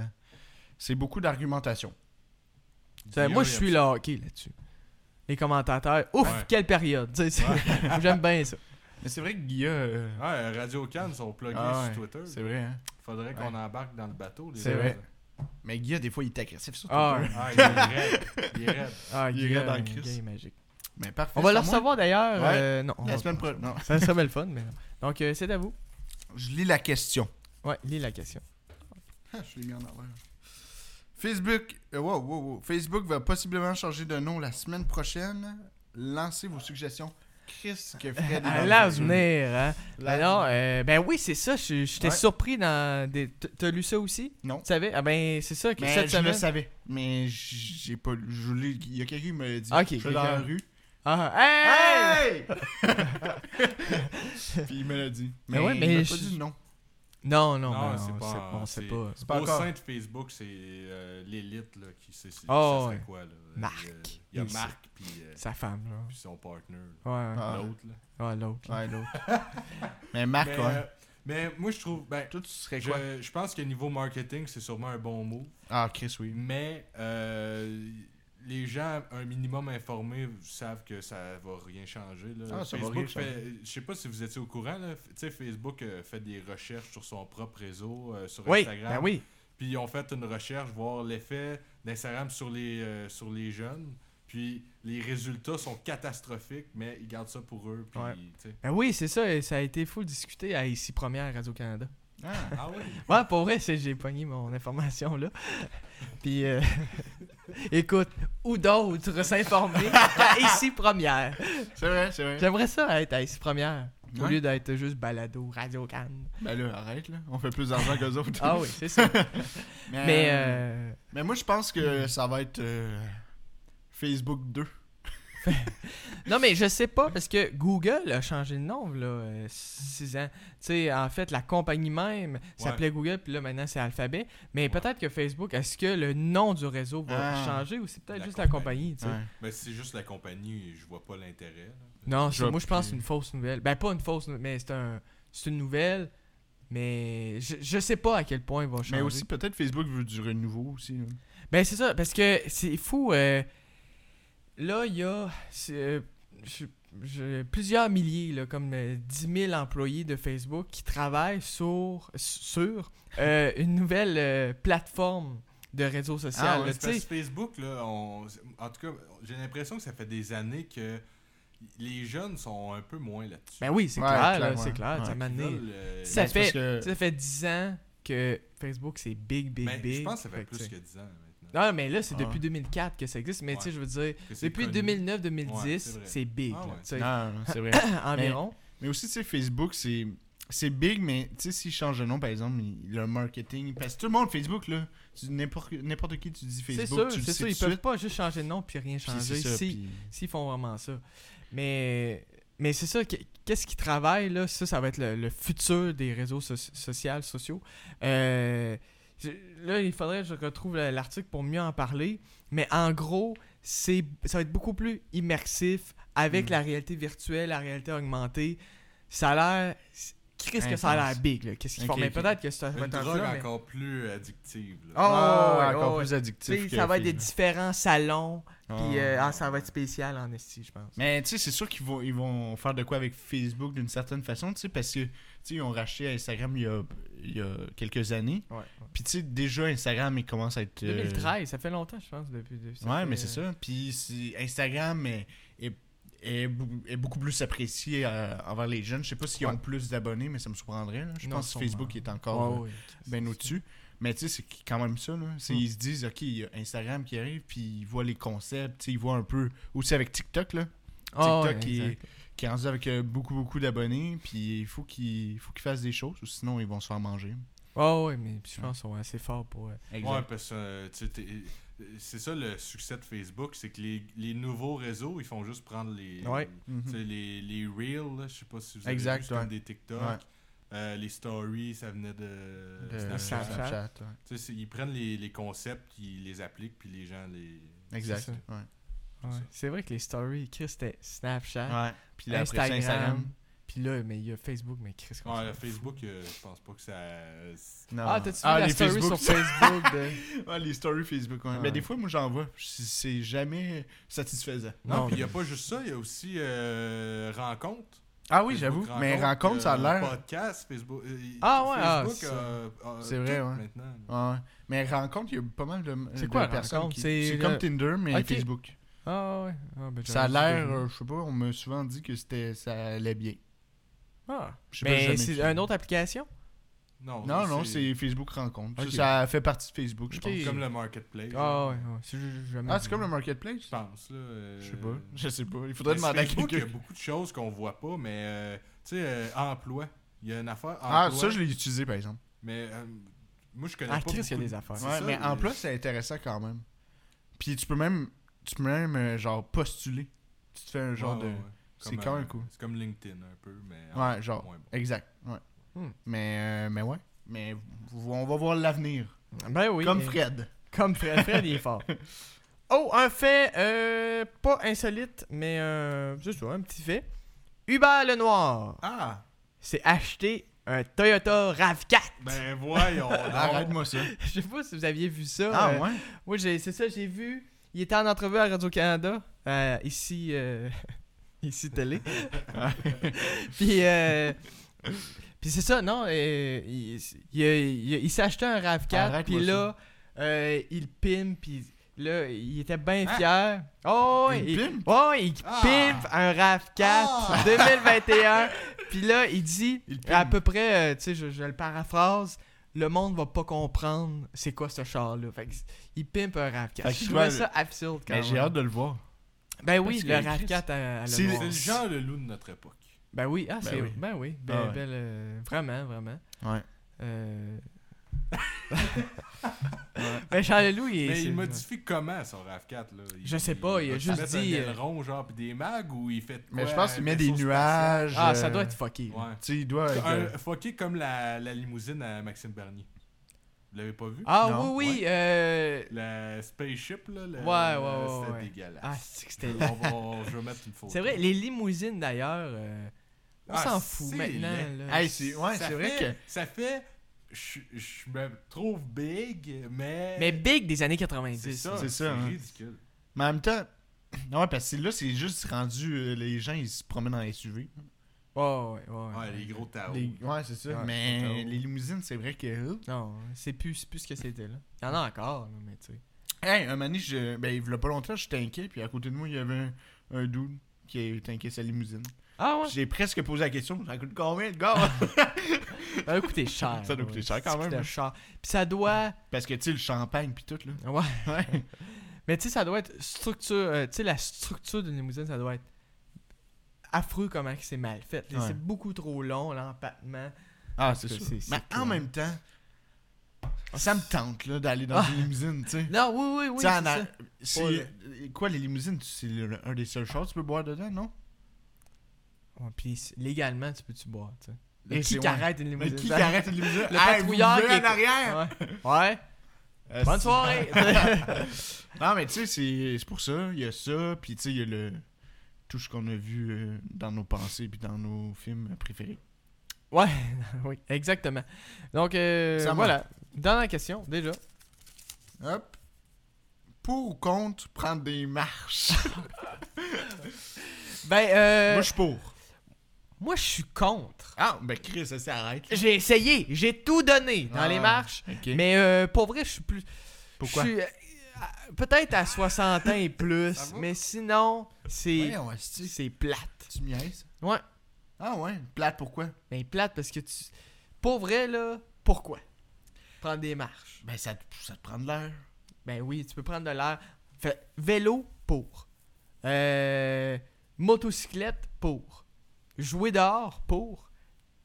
Speaker 1: C'est beaucoup d'argumentation.
Speaker 2: Ça,
Speaker 3: Guillaume,
Speaker 2: moi,
Speaker 3: il
Speaker 2: je
Speaker 3: aime
Speaker 2: suis
Speaker 3: ça.
Speaker 2: là, ok, là-dessus. Les commentateurs, ouf,
Speaker 3: Ouais.
Speaker 2: quelle période. tu sais, c'est- <laughs> J'aime
Speaker 1: <laughs>
Speaker 2: bien ça.
Speaker 1: Mais c'est vrai que Guilla. euh,
Speaker 3: Ouais, Radio Cannes sont pluggés
Speaker 1: Ah
Speaker 3: sur
Speaker 1: ouais,
Speaker 3: Twitter.
Speaker 1: C'est vrai, hein.
Speaker 3: Faudrait qu'on embarque dans le bateau. les
Speaker 1: C'est
Speaker 3: gars.
Speaker 1: vrai. Mais Guilla, des fois, il est agressif sur Twitter.
Speaker 2: Ah,
Speaker 3: Ah, il est raide. Il
Speaker 1: <laughs>
Speaker 3: est raide.
Speaker 2: Ah,
Speaker 1: Il est
Speaker 2: Guillaume,
Speaker 1: raide en crise.
Speaker 2: Guillaume est magique.
Speaker 1: Mais parfait.
Speaker 2: On va le
Speaker 1: sans moi,
Speaker 2: recevoir d'ailleurs.
Speaker 1: Ouais.
Speaker 2: euh, non, on
Speaker 1: La
Speaker 2: va
Speaker 1: semaine
Speaker 2: pas.
Speaker 1: prochaine. Non.
Speaker 2: Ça serait le fun, mais non. Donc, euh, c'est à vous.
Speaker 1: Je lis la question.
Speaker 2: Ouais, lis la question.
Speaker 1: Ah, je l'ai mis en envers. Facebook. euh, wow, wow, wow. Facebook va possiblement changer de nom la semaine prochaine. Lancez vos suggestions. Chris que Fred est
Speaker 2: <laughs> À
Speaker 1: dans
Speaker 2: l'avenir, hein.
Speaker 1: le
Speaker 2: Ben non, euh, ben oui, c'est ça. je- J'étais
Speaker 1: Ouais.
Speaker 2: surpris dans. Des... t- T'as lu ça aussi
Speaker 1: Non.
Speaker 2: Tu savais Ah, ben c'est ça que
Speaker 1: Mais
Speaker 2: cette
Speaker 1: je le
Speaker 2: semaine.
Speaker 1: savais. Mais j'ai pas lu. Je l'ai- Il y a quelqu'un qui me l'a dit.
Speaker 2: Ok,
Speaker 1: je suis dans la
Speaker 2: quelqu'un.
Speaker 1: rue.
Speaker 2: Ah, hey! <laughs>
Speaker 1: Hey! Puis il me l'a dit.
Speaker 2: Mais ouais,
Speaker 1: il
Speaker 2: mais
Speaker 1: m'a
Speaker 2: je-
Speaker 1: pas dit non.
Speaker 2: Non, non,
Speaker 3: Non,
Speaker 2: ben
Speaker 3: c'est
Speaker 2: non,
Speaker 3: pas-
Speaker 2: c'est- on sait
Speaker 3: c'est-
Speaker 2: pas.
Speaker 1: C'est pas
Speaker 3: Au
Speaker 1: encore. Ah
Speaker 3: sein de Facebook, c'est euh, l'élite là, qui sait c'est-
Speaker 2: Oh,
Speaker 3: ça serait
Speaker 2: ouais.
Speaker 3: quoi. Là. Euh,
Speaker 2: Marc.
Speaker 3: Il y a- Il y a
Speaker 2: Il sait.
Speaker 3: Marc puis euh,
Speaker 2: Sa femme,
Speaker 3: puis
Speaker 2: là.
Speaker 3: son partner. là.
Speaker 2: Ouais, ouais.
Speaker 1: Ah.
Speaker 3: L'autre. là.
Speaker 2: Ouais, l'autre.
Speaker 1: Ouais,
Speaker 2: <laughs>
Speaker 1: l'autre. mais Marc,
Speaker 3: Mais,
Speaker 1: ouais.
Speaker 3: euh, mais moi, je trouve. Ben,
Speaker 1: Toi, tu serais quoi?
Speaker 3: je, je pense que niveau marketing, c'est sûrement un bon mot.
Speaker 1: Ah, Chris, oui.
Speaker 3: Mais euh, les gens, un minimum informés, savent que ça va rien changer. Là.
Speaker 1: Ah, ça va
Speaker 3: Facebook
Speaker 1: rien
Speaker 3: fait- Je sais pas si vous étiez au courant. là. F- Tu sais, Facebook euh, fait des recherches sur son propre réseau, euh, sur
Speaker 2: Oui,
Speaker 3: Instagram.
Speaker 2: ben oui.
Speaker 3: Puis ils ont fait une recherche, voir l'effet d'Instagram sur les, euh, sur les jeunes. Puis les résultats sont catastrophiques, mais ils gardent ça pour eux. Puis,
Speaker 2: Ouais.
Speaker 3: tu sais.
Speaker 2: Ben oui, c'est ça. et Ça a été full discuté à ICI Première à Radio-Canada.
Speaker 1: Ah.
Speaker 3: Ah oui?
Speaker 2: Ouais, pour vrai, c'est- j'ai pogné mon information là. <laughs> Puis, euh, <laughs> écoute, où d'autres s'informer <laughs> qu'à ICI Première?
Speaker 1: C'est vrai, c'est vrai.
Speaker 2: J'aimerais ça être à ICI Première. Au
Speaker 1: Ouais.
Speaker 2: lieu d'être juste balado, radio can
Speaker 1: Ben là, arrête, là. On fait plus d'argent qu'eux autres.
Speaker 2: Ah oui, c'est ça. <laughs> Mais,
Speaker 1: euh,
Speaker 2: euh,
Speaker 1: mais moi, je pense que ça va être euh, Facebook 2.
Speaker 2: Non, mais je sais pas, parce que Google a changé de nom, là, 6 ans. Tu sais, en fait, la compagnie même s'appelait Google, puis là, maintenant, c'est Alphabet. Mais
Speaker 3: Ouais.
Speaker 2: peut-être que Facebook, est-ce que le nom du réseau va
Speaker 1: Ah.
Speaker 2: changer ou c'est peut-être
Speaker 3: La
Speaker 2: juste la compagnie, tu sais?
Speaker 3: Mais c'est juste la compagnie, je vois pas l'intérêt. là.
Speaker 2: Non,
Speaker 1: Je
Speaker 2: c'est- moi, je pense
Speaker 1: puis-
Speaker 2: que c'est une fausse nouvelle. Ben, pas une fausse nouvelle, mais c'est un, c'est une nouvelle. Mais je, je sais pas à quel point il va changer.
Speaker 1: Mais aussi, peut-être Facebook veut du renouveau aussi. hein. là.
Speaker 2: Ben, c'est ça, parce que c'est fou. euh, là, il y a c'est, euh, je- je- plusieurs milliers, là, comme euh, 10 000 employés de Facebook qui travaillent sur, sur
Speaker 3: <laughs>
Speaker 2: euh, une nouvelle euh, plateforme de réseau social.
Speaker 1: Ah
Speaker 2: là,
Speaker 3: C'est parce
Speaker 2: tu
Speaker 3: que
Speaker 2: sais.
Speaker 3: Facebook, là, on- en tout cas, j'ai l'impression que ça fait des années que les jeunes sont un peu moins là-dessus.
Speaker 2: ben oui, c'est
Speaker 1: Ouais,
Speaker 2: clair,
Speaker 1: clair,
Speaker 2: là, c'est
Speaker 1: ouais.
Speaker 2: clair.
Speaker 1: Ouais.
Speaker 2: ça m'a
Speaker 3: Ils
Speaker 2: amené-
Speaker 3: veulent, euh,
Speaker 2: Ça
Speaker 1: Mais c'est parce
Speaker 2: fait-
Speaker 1: que-
Speaker 2: Ça fait 10 ans que Facebook, c'est big, big,
Speaker 3: mais
Speaker 2: big.
Speaker 3: Ben, je pense que ça fait
Speaker 2: tu
Speaker 3: plus
Speaker 2: sais.
Speaker 3: que 10 ans maintenant.
Speaker 2: Non, mais là, c'est
Speaker 1: Ah ouais.
Speaker 2: depuis 2004 que ça existe. Mais tu sais,
Speaker 3: Ouais.
Speaker 2: je veux dire,
Speaker 3: que c'est
Speaker 2: depuis
Speaker 3: connu.
Speaker 2: 2009-2010,
Speaker 3: Ouais, c'est vrai.
Speaker 2: c'est big.
Speaker 3: Ah
Speaker 2: là,
Speaker 3: ouais.
Speaker 2: tu sais,
Speaker 1: Non, non, c'est vrai.
Speaker 2: <laughs> environ.
Speaker 1: mais aussi, tu sais, Facebook, c'est. C'est big, mais tu sais, s'ils changent de nom, par exemple, il- le marketing. Parce que tout le monde, Facebook, là, tu- n'importe n'importe qui, tu dis
Speaker 2: C'est
Speaker 1: Facebook,
Speaker 2: sûr,
Speaker 1: tu le
Speaker 2: c'est
Speaker 1: sais
Speaker 2: sûr.
Speaker 1: tout
Speaker 2: Ils
Speaker 1: de
Speaker 2: peuvent
Speaker 1: suite,
Speaker 2: pas juste changer de nom puis rien
Speaker 1: puis
Speaker 2: changer
Speaker 1: c'est ça,
Speaker 2: s'ils
Speaker 1: puis-
Speaker 2: s'ils font vraiment ça. Mais, mais c'est ça, qu'- qu'est-ce qu'ils travaillent là Ça, ça va être le, le futur des réseaux so- sociaux. sociaux. Euh, je- là, il faudrait que je retrouve la- l'article pour mieux en parler. Mais en gros, c'est ça va être beaucoup plus immersif avec
Speaker 1: Mm.
Speaker 2: la réalité virtuelle, la réalité augmentée. Ça a l'air. Qu'est-ce que ça a l'air
Speaker 1: Intense.
Speaker 2: big, là? Qu'est-ce qu'ils
Speaker 1: Ok,
Speaker 2: font? Mais
Speaker 1: ok.
Speaker 2: peut-être que ça va
Speaker 3: Une
Speaker 2: être un
Speaker 3: drogue
Speaker 2: flop, mais-
Speaker 3: encore plus addictive. là.
Speaker 2: Ah,
Speaker 1: Ah,
Speaker 2: ouais,
Speaker 1: encore
Speaker 2: ouais,
Speaker 1: plus
Speaker 2: Tu sais,
Speaker 1: addictif. que
Speaker 2: ça va être des
Speaker 1: Facebook.
Speaker 2: différents salons. Puis euh,
Speaker 1: Ah.
Speaker 2: ah, ça va être spécial en esti, je pense.
Speaker 1: Mais tu sais, c'est sûr qu'ils vont, ils vont faire de quoi avec Facebook d'une certaine façon, tu sais, parce que tu sais, ils ont racheté Instagram il y a, il y a quelques années.
Speaker 2: Ouais.
Speaker 1: Puis tu sais, déjà Instagram, il commence à être. euh,
Speaker 2: 2013, ça fait longtemps, je pense, depuis. depuis- ça
Speaker 1: Ouais,
Speaker 2: fait,
Speaker 1: mais
Speaker 2: euh,
Speaker 1: c'est ça. Puis c'est- Instagram est, est, est bou- est beaucoup plus apprécié euh, envers les jeunes. Je sais pas s'ils
Speaker 2: Ouais.
Speaker 1: ont plus d'abonnés, mais ça me surprendrait. là. Je
Speaker 2: Non,
Speaker 1: pense que
Speaker 2: sûrement.
Speaker 1: Facebook est encore
Speaker 2: Ah Ouais,
Speaker 1: euh,
Speaker 2: ouais,
Speaker 1: ben
Speaker 2: c'est-
Speaker 1: au-dessus. Mais tu sais, c'est qui- quand même ça. Là. C'est-
Speaker 2: Hmm.
Speaker 1: Ils se disent, OK, il y a Instagram qui arrive, puis ils voient les concepts, tu sais, ils voient un peu. Aussi avec TikTok, là.
Speaker 2: Ah, ouais,
Speaker 1: TikTok qui-
Speaker 2: exact.
Speaker 1: qui est rendu avec euh, beaucoup, beaucoup d'abonnés. Puis il faut qu'il faut qu'il fasse des choses, ou sinon ils vont se faire manger.
Speaker 2: Oh, ouais, mais je pense qu'ils sont assez forts pour. euh,
Speaker 3: Ouais, parce que euh, tu sais, t'es- euh, c'est ça le succès de Facebook, c'est que les, les nouveaux réseaux, ils font juste prendre les
Speaker 2: Ouais.
Speaker 1: Mhm.
Speaker 3: tu sais, les, les reels, là, je sais pas si vous avez
Speaker 1: Exact,
Speaker 3: vu, c'est comme
Speaker 1: ouais.
Speaker 3: des TikTok,
Speaker 1: Ouais.
Speaker 3: euh, les stories, ça venait de,
Speaker 1: De-
Speaker 3: Snapchat.
Speaker 2: euh, Snapchat.
Speaker 1: ouais.
Speaker 3: Tu sais, c'est- ils prennent les, les concepts, ils les appliquent, puis les gens les
Speaker 1: Exact.
Speaker 2: C'est ça.
Speaker 1: Ouais.
Speaker 2: ouais.
Speaker 3: ça.
Speaker 2: C'est vrai que les stories, Chris, c'était Snapchat,
Speaker 1: Ouais. Puis là, après ça,
Speaker 2: Instagram.
Speaker 1: Instagram.
Speaker 2: Puis là, mais il y a Facebook, mais Chris, comment
Speaker 3: Ouais,
Speaker 2: ça?
Speaker 3: Facebook, euh, je pense pas que ça euh, c'est-
Speaker 1: Non.
Speaker 2: Ah, t'as-tu vu la
Speaker 1: les
Speaker 2: story
Speaker 1: Facebook.
Speaker 2: sur Facebook de.
Speaker 1: Ah, les stories Facebook, <laughs> ouais.
Speaker 2: Ouais.
Speaker 1: Mais des fois, moi, j'en vois. C'est- C'est jamais satisfaisant.
Speaker 3: Non,
Speaker 2: Non,
Speaker 3: puis il y a
Speaker 2: mais-
Speaker 3: pas juste ça, il y a aussi euh, rencontre.
Speaker 1: Ah oui,
Speaker 3: Facebook
Speaker 1: j'avoue. Mais rencontre, ça a
Speaker 3: euh,
Speaker 1: l'air.
Speaker 3: Podcast, Facebook. euh,
Speaker 2: Ah ouais, ah,
Speaker 3: Facebook,
Speaker 2: c'est ça.
Speaker 3: euh, euh,
Speaker 1: C'est vrai,
Speaker 3: tout
Speaker 1: ouais.
Speaker 3: Maintenant.
Speaker 1: Ouais. Mais rencontre, il y a pas mal de,
Speaker 2: C'est
Speaker 1: de
Speaker 2: quoi,
Speaker 1: personnes.
Speaker 2: rencontre?
Speaker 1: qui-
Speaker 2: C'est
Speaker 1: C'est
Speaker 2: le-
Speaker 1: comme Tinder, mais
Speaker 2: Ok.
Speaker 1: Facebook.
Speaker 2: Ah, ouais. Ah, ben,
Speaker 1: Ça a
Speaker 2: j'aurais dû
Speaker 1: l'air,
Speaker 2: deviner.
Speaker 1: euh, je sais pas, on m'a souvent dit que c'était ça allait bien.
Speaker 2: Ah.
Speaker 1: Je sais pas, j'ai
Speaker 2: Mais
Speaker 1: jamais
Speaker 2: c'est
Speaker 1: utilisé.
Speaker 2: une autre application
Speaker 3: Non,
Speaker 1: Non, non, c'est Facebook Rencontre. Ça,
Speaker 2: Ok.
Speaker 1: Ça, fait partie de Facebook, je
Speaker 2: Ok.
Speaker 1: pense.
Speaker 3: comme le marketplace.
Speaker 2: Ah, ouais, ouais. C'est ju- jamais.
Speaker 1: Ah, c'est comme le marketplace?
Speaker 3: Je pense, là. euh,
Speaker 1: Je sais pas. <laughs>
Speaker 3: mais
Speaker 1: Je sais pas. Il faudrait demander à
Speaker 3: Facebook, Il y a
Speaker 1: quelqu'un.
Speaker 3: beaucoup de choses qu'on voit pas, mais euh, tu sais, euh, emploi. Il y a une affaire.
Speaker 1: Ah,
Speaker 3: emploi,
Speaker 1: ça, je l'ai utilisé, par exemple.
Speaker 3: Mais euh, moi, je connais
Speaker 2: Ah,
Speaker 3: pas.
Speaker 2: Chris, il y a
Speaker 3: beaucoup
Speaker 2: des
Speaker 3: de-
Speaker 2: affaires.
Speaker 3: C'est
Speaker 1: Ouais,
Speaker 3: ça, euh,
Speaker 1: mais
Speaker 3: le-
Speaker 1: en plus, c'est intéressant quand même. Puis tu peux même, tu peux même euh, genre, postuler. Tu te fais un genre
Speaker 3: Ouais,
Speaker 1: de...
Speaker 3: Ah, ouais, ouais.
Speaker 1: c'est
Speaker 3: Comme,
Speaker 1: quand
Speaker 3: euh,
Speaker 1: même cool.
Speaker 3: C'est comme LinkedIn, un peu, mais.
Speaker 1: Ouais, genre.
Speaker 3: moins bon.
Speaker 1: Exact, ouais.
Speaker 2: Hmm.
Speaker 1: Mais, euh, mais ouais. Mais v- on va voir l'avenir.
Speaker 2: Ben oui.
Speaker 1: Comme
Speaker 3: euh,
Speaker 2: mais-
Speaker 1: Fred.
Speaker 2: Comme Fred. Fred, il est fort. Oh, un fait, euh, pas insolite, mais euh, c'est ça, un petit fait. Hubert Lenoir
Speaker 3: <laughs> Ah!
Speaker 2: s'est acheté un Toyota RAV4.
Speaker 3: Ben voyons! donc.
Speaker 1: Arrête-moi
Speaker 3: <laughs>
Speaker 1: ça.
Speaker 2: <laughs> Je sais pas si vous aviez vu ça.
Speaker 1: Ah
Speaker 2: euh,
Speaker 1: ouais?
Speaker 2: Moi, j'ai- c'est ça, j'ai vu. Il était en entrevue à Radio-Canada, euh, ici, euh, <laughs> ici télé. puis, euh, puis c'est ça, non? euh, il il, a- il a- il s'est acheté un RAV4,
Speaker 1: Arrête-moi
Speaker 2: puis là, euh, il pime, puis là, il était bien
Speaker 3: Hein?
Speaker 2: fier. Oh, ouais,
Speaker 1: Il pimpe?
Speaker 2: ouais, il
Speaker 3: Ah!
Speaker 2: pimpe un RAV4
Speaker 3: Ah!
Speaker 2: 2021. puis là, il dit,
Speaker 1: Il pimpe.
Speaker 2: à peu près, euh, tu sais, je, je le paraphrase, le monde va pas comprendre c'est quoi ce char-là. Fait que il pimpe
Speaker 1: Fait
Speaker 2: un RAV4.
Speaker 1: que toi,
Speaker 2: Je trouvais ça absurde quand
Speaker 1: Mais j'ai
Speaker 2: même.
Speaker 1: hâte de le voir.
Speaker 2: Ben
Speaker 1: Parce
Speaker 2: oui,
Speaker 1: que
Speaker 2: le
Speaker 1: Chris-
Speaker 2: RAV4 à, à
Speaker 1: C'est-
Speaker 2: le
Speaker 3: C'est le
Speaker 2: noir.
Speaker 3: genre le loup de notre époque.
Speaker 2: Ben oui, ah,
Speaker 1: Ben
Speaker 2: c'est.
Speaker 1: oui.
Speaker 2: Ben oui, ben,
Speaker 1: Ah ouais.
Speaker 2: belle, euh, vraiment, vraiment.
Speaker 1: Ouais.
Speaker 2: Euh... <laughs> ben Jean Leloup, il est.
Speaker 3: Mais
Speaker 2: c'est-
Speaker 3: il modifie comment son RAV4 là Il-
Speaker 2: Je sais pas, il a
Speaker 3: va-tu
Speaker 2: juste
Speaker 3: mettre un
Speaker 2: dit, euh,
Speaker 3: aileron, genre, pis des mags ou il fait. de
Speaker 1: Mais
Speaker 3: quoi,
Speaker 1: je pense qu'il
Speaker 3: un
Speaker 1: met des
Speaker 3: vaisseau
Speaker 1: nuages.
Speaker 2: Ah, ça
Speaker 1: euh,
Speaker 2: doit être fucké.
Speaker 3: spatial?
Speaker 2: là.
Speaker 3: Ouais.
Speaker 1: Tu sais, il doit être. euh,
Speaker 3: Un fucké comme la, la limousine à Maxime Bernier. Vous l'avez pas vu
Speaker 2: Ah
Speaker 1: Non.
Speaker 2: oui, oui, euh.
Speaker 3: La spaceship, là. le-
Speaker 2: Ouais, ouais, ouais,
Speaker 3: C'était
Speaker 2: ouais.
Speaker 3: dégueulasse.
Speaker 2: Ah, c'est que c'était.
Speaker 3: on va, on- je vais mettre une
Speaker 2: <laughs>
Speaker 3: photo.
Speaker 2: C'est vrai, les limousines d'ailleurs, euh, on
Speaker 3: Ah,
Speaker 2: s'en fout
Speaker 3: c'est
Speaker 2: maintenant.
Speaker 3: laid.
Speaker 2: là.
Speaker 1: Hey, c'est ouais,
Speaker 3: Ça
Speaker 1: c'est vrai
Speaker 3: fait-
Speaker 1: que
Speaker 3: Ça fait. Je je me trouve big, mais.
Speaker 2: Mais big des années 90.
Speaker 3: c'est ça.
Speaker 1: c'est ça,
Speaker 3: C'est
Speaker 1: hein.
Speaker 3: ridicule.
Speaker 1: Mais en même temps, ouais, parce que là, c'est juste rendu. euh, Les gens, ils se promènent en SUV.
Speaker 2: Ouais, ouais, ouais.
Speaker 3: Ouais, les gros tarots.
Speaker 1: Les- Ouais, c'est ça.
Speaker 2: Ouais, Ah c'est
Speaker 1: mais
Speaker 2: ça.
Speaker 1: les limousines, c'est vrai que. euh,
Speaker 2: Non, c'est plus, c'est plus ce que c'était là. Il y en a encore, là, mais tu sais.
Speaker 1: Hey, un moment donné, je... ben, il y a pas longtemps, j'étais inquiet, puis à côté de moi, il y avait un, un dude qui était inquiet sa limousine.
Speaker 2: Ah ouais?
Speaker 1: J'ai presque posé la question ça coûte combien, le
Speaker 2: <laughs>
Speaker 1: gars
Speaker 2: Ça doit coûter cher.
Speaker 1: Ça doit
Speaker 2: ouais.
Speaker 1: coûter cher quand
Speaker 2: Ça
Speaker 1: même,
Speaker 2: coûte
Speaker 1: hein.
Speaker 2: cher. Puis ça doit.
Speaker 1: Parce que, tu sais, le champagne, puis tout, là.
Speaker 2: Ouais.
Speaker 1: Ouais.
Speaker 2: Mais tu sais, ça doit être structure. euh, tu sais, la structure d'une limousine, ça doit être affreux comment que c'est mal fait. là.
Speaker 1: Ouais.
Speaker 2: C'est beaucoup trop long, l'empattement.
Speaker 1: Ah, c'est
Speaker 2: Parce que
Speaker 1: sûr.
Speaker 2: c'est-
Speaker 1: Mais
Speaker 2: c'est
Speaker 1: en
Speaker 2: clair.
Speaker 1: même temps, ça me tente, là, d'aller
Speaker 2: Ah.
Speaker 1: dans une limousine, tu sais.
Speaker 2: Non, oui, oui, oui.
Speaker 1: Tu
Speaker 2: C'est
Speaker 1: sais, en a-
Speaker 2: ça.
Speaker 1: c'est-
Speaker 2: Ouais.
Speaker 1: euh, Quoi, les limousines, tu- c'est le- un des seuls choses que tu peux boire dedans, non?
Speaker 2: Ouais, puis c'est- légalement, tu peux-tu boire, tu sais.
Speaker 1: Et
Speaker 2: Mais Qui
Speaker 1: c'est-
Speaker 2: qui arrête une
Speaker 1: Mais
Speaker 2: limousine?
Speaker 1: qui qui arrête une limousine?
Speaker 2: Le
Speaker 1: Hey, vous
Speaker 2: patrouilleur
Speaker 1: voulez
Speaker 2: qui
Speaker 1: en
Speaker 2: est-
Speaker 1: arrière!
Speaker 2: Ouais. Ouais.
Speaker 1: Euh,
Speaker 2: Bonne
Speaker 1: c'est-
Speaker 2: soirée.
Speaker 1: <laughs>
Speaker 2: <laughs>
Speaker 1: Non, mais tu sais, c'est c'est pour ça. Il y a ça, puis tu sais, il y a le... tout ce qu'on a vu euh, dans nos pensées puis dans nos films préférés.
Speaker 2: ouais, <laughs> oui, exactement. Donc, euh,
Speaker 1: Ça
Speaker 2: voilà. Dernière question, déjà.
Speaker 1: Hop. Pour ou contre prendre des marches?
Speaker 2: Ben,
Speaker 1: <laughs>
Speaker 2: euh,
Speaker 1: Moi, je suis pour.
Speaker 2: moi, je suis contre.
Speaker 1: Ah, ben Chris, ça s'arrête.
Speaker 2: J'ai essayé, j'ai tout donné dans
Speaker 1: Ah.
Speaker 2: les marches.
Speaker 1: Ok.
Speaker 2: Mais euh, pour vrai, je suis plus.
Speaker 1: Pourquoi?
Speaker 2: je suis, euh, à- Peut-être à 60 ans
Speaker 1: <laughs>
Speaker 2: et plus,
Speaker 3: Ça va?
Speaker 2: mais sinon, c'est
Speaker 1: Ouais, ouais, c'est-
Speaker 2: c'est plate.
Speaker 1: tu niaises?
Speaker 2: Ouais.
Speaker 1: Ah ouais, plate pourquoi?
Speaker 2: Mais ben, plate parce que tu. Pour vrai, là, pourquoi Prendre des marches.
Speaker 1: Ben ça, te- ça te prend de l'air.
Speaker 2: Ben oui, tu peux prendre de l'air. Fait, vélo pour. Euh, motocyclette pour. jouer dehors pour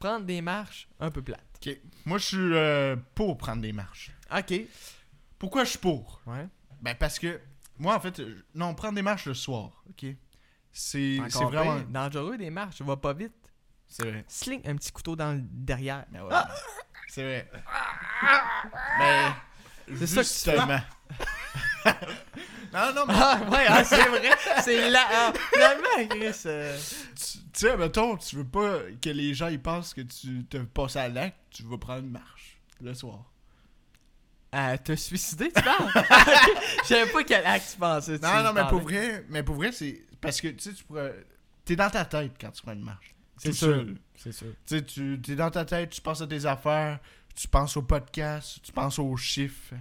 Speaker 2: prendre des marches un peu plates.
Speaker 1: Ok. Moi, je suis euh, pour prendre des marches.
Speaker 2: Ok.
Speaker 1: Pourquoi je suis pour
Speaker 2: Ouais.
Speaker 1: Ben, parce que moi, en fait, je- non, prendre des marches le soir, ok C'est
Speaker 2: Encore
Speaker 1: c'est vraiment.
Speaker 2: pire. dangereux des marches, va pas vite.
Speaker 1: C'est vrai.
Speaker 2: Sling un petit couteau dans le derrière.
Speaker 1: Ben ouais. C'est vrai. Ben,
Speaker 2: C'est ça que tu fais.
Speaker 1: justement. <laughs> non, non, mais
Speaker 2: Ah <laughs> ouais, ah, c'est vrai, c'est là. ah, finalement, Chris. euh,
Speaker 1: tu tu sais, mettons, tu veux pas que les gens ils pensent que tu te passes à l'acte, tu vas prendre une marche le soir.
Speaker 2: euh, T'as suicidé, tu
Speaker 1: <laughs>
Speaker 2: parles? Ok, Je savais pas quel acte tu pensais. tu
Speaker 1: Non, non, mais
Speaker 2: parlais.
Speaker 1: pour vrai, mais pour vrai, c'est parce que tu sais, tu pourrais. T'es dans ta tête quand tu prends une marche.
Speaker 2: C'est
Speaker 1: Tout
Speaker 2: sûr.
Speaker 1: seul.
Speaker 2: C'est sûr.
Speaker 1: Tu sais, tu es dans ta tête, tu penses à tes affaires, tu penses au podcast, tu penses aux chiffres.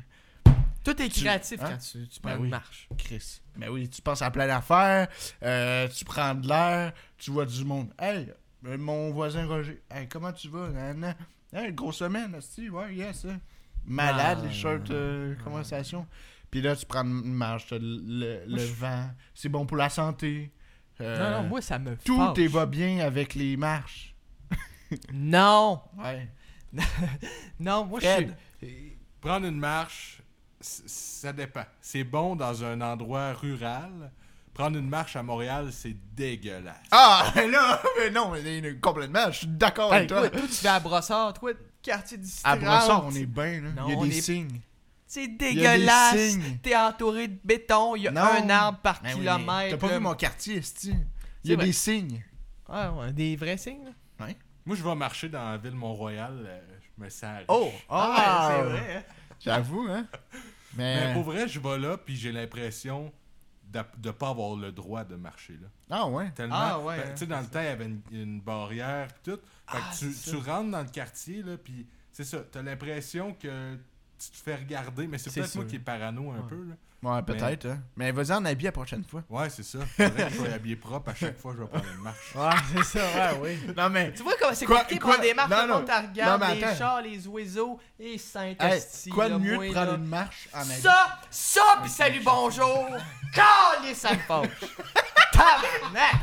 Speaker 2: Tout est
Speaker 1: Tu-
Speaker 2: créatif
Speaker 1: hein?
Speaker 2: quand tu, tu prends
Speaker 1: Ben
Speaker 2: une
Speaker 1: oui.
Speaker 2: marche.
Speaker 1: Chris. Mais oui, tu penses à plein d'affaires, euh, tu prends de l'air, tu vois du monde. Hey, euh, mon voisin Roger, hey, comment tu vas? Nanana. Hey, grosse semaine, asti, ouais, yes. hein. Malade,
Speaker 2: Ah,
Speaker 1: les shirts euh, conversation. Puis là, tu prends une marche, t'as le, le- le
Speaker 2: Moi, je-
Speaker 1: vent, c'est bon pour la santé. Euh,
Speaker 2: Non, non, moi, ça me
Speaker 1: tout
Speaker 2: fâche.
Speaker 1: est va bien avec les marches.
Speaker 2: Non,
Speaker 1: Ouais.
Speaker 2: non, moi, je
Speaker 1: Fred.
Speaker 2: suis...
Speaker 3: Prendre une marche, c- ça dépend. C'est bon dans un endroit rural. Prendre une marche à Montréal, c'est dégueulasse.
Speaker 2: <laughs>
Speaker 1: Ah, mais là, mais non, mais complètement, je suis d'accord
Speaker 2: Hey,
Speaker 1: avec toi.
Speaker 2: toi, toi, tu vas à Brossard, toi, quartier du
Speaker 1: À
Speaker 2: Strand,
Speaker 1: Brossard, on
Speaker 2: tu-
Speaker 1: est bien, là.
Speaker 2: Non,
Speaker 1: Il y a
Speaker 2: on
Speaker 1: des
Speaker 2: est-
Speaker 1: signes.
Speaker 2: C'est
Speaker 1: y a des
Speaker 2: dégueulasse.
Speaker 1: signes.
Speaker 2: T'es entouré de béton, il y a
Speaker 1: Non.
Speaker 2: un arbre par
Speaker 1: Ben oui,
Speaker 2: kilomètre.
Speaker 1: mais T'as pas vu
Speaker 2: là.
Speaker 1: mon quartier, esti. Il
Speaker 2: C'est
Speaker 1: y a
Speaker 2: vrai.
Speaker 1: des signes.
Speaker 2: Ah, ouais, des vrais signes. là.
Speaker 3: Moi, je vais marcher dans la ville Mont-Royal, euh, je me sens riche.
Speaker 2: Oh,
Speaker 1: Ah,
Speaker 2: ah, ouais,
Speaker 1: ouais.
Speaker 2: c'est vrai. hein.
Speaker 1: J'avoue, hein.
Speaker 3: Mais
Speaker 1: Mais.
Speaker 3: pour vrai, je vais là, puis j'ai l'impression d'ap- de pas avoir le droit de marcher là.
Speaker 1: Ah, ouais.
Speaker 3: Tellement,
Speaker 2: Ah, ouais,
Speaker 3: ben,
Speaker 2: hein,
Speaker 3: tu sais, dans le temps, il y avait une, une barrière, puis tout. Fait
Speaker 2: Ah,
Speaker 3: que tu,
Speaker 2: c'est
Speaker 3: tu
Speaker 2: ça.
Speaker 3: rentres dans le quartier, là, puis c'est ça, t'as l'impression que tu te fais regarder, mais c'est
Speaker 2: C'est
Speaker 3: peut-être moi
Speaker 2: sûr.
Speaker 3: qui est parano un
Speaker 2: Ouais.
Speaker 3: peu, là.
Speaker 1: Ouais, peut-être, hein. Mais vas-y en habit la prochaine fois.
Speaker 3: Ouais, c'est ça. Faudrait que je sois habillé propre à chaque fois que je vais prendre
Speaker 2: <laughs>
Speaker 3: une marche.
Speaker 1: Ouais, c'est ça, ouais, oui. Non, mais.
Speaker 2: Tu vois comment c'est
Speaker 1: Quoi-
Speaker 2: compliqué de
Speaker 1: quoi-
Speaker 2: prendre des marches,
Speaker 1: non,
Speaker 2: le monde
Speaker 1: non.
Speaker 2: t'en regarde,
Speaker 1: Non, mais
Speaker 2: les
Speaker 1: attends.
Speaker 2: chars, les oiseaux, et saint
Speaker 1: Hey,
Speaker 2: asti
Speaker 1: quoi de
Speaker 2: là,
Speaker 1: mieux
Speaker 2: moi,
Speaker 1: de prendre
Speaker 2: là.
Speaker 1: une marche en habit?
Speaker 2: Ça,
Speaker 1: Ah,
Speaker 2: ça, pis salut, bonjour! Calé, ça me fâche!
Speaker 1: <laughs>
Speaker 2: Tabarnak!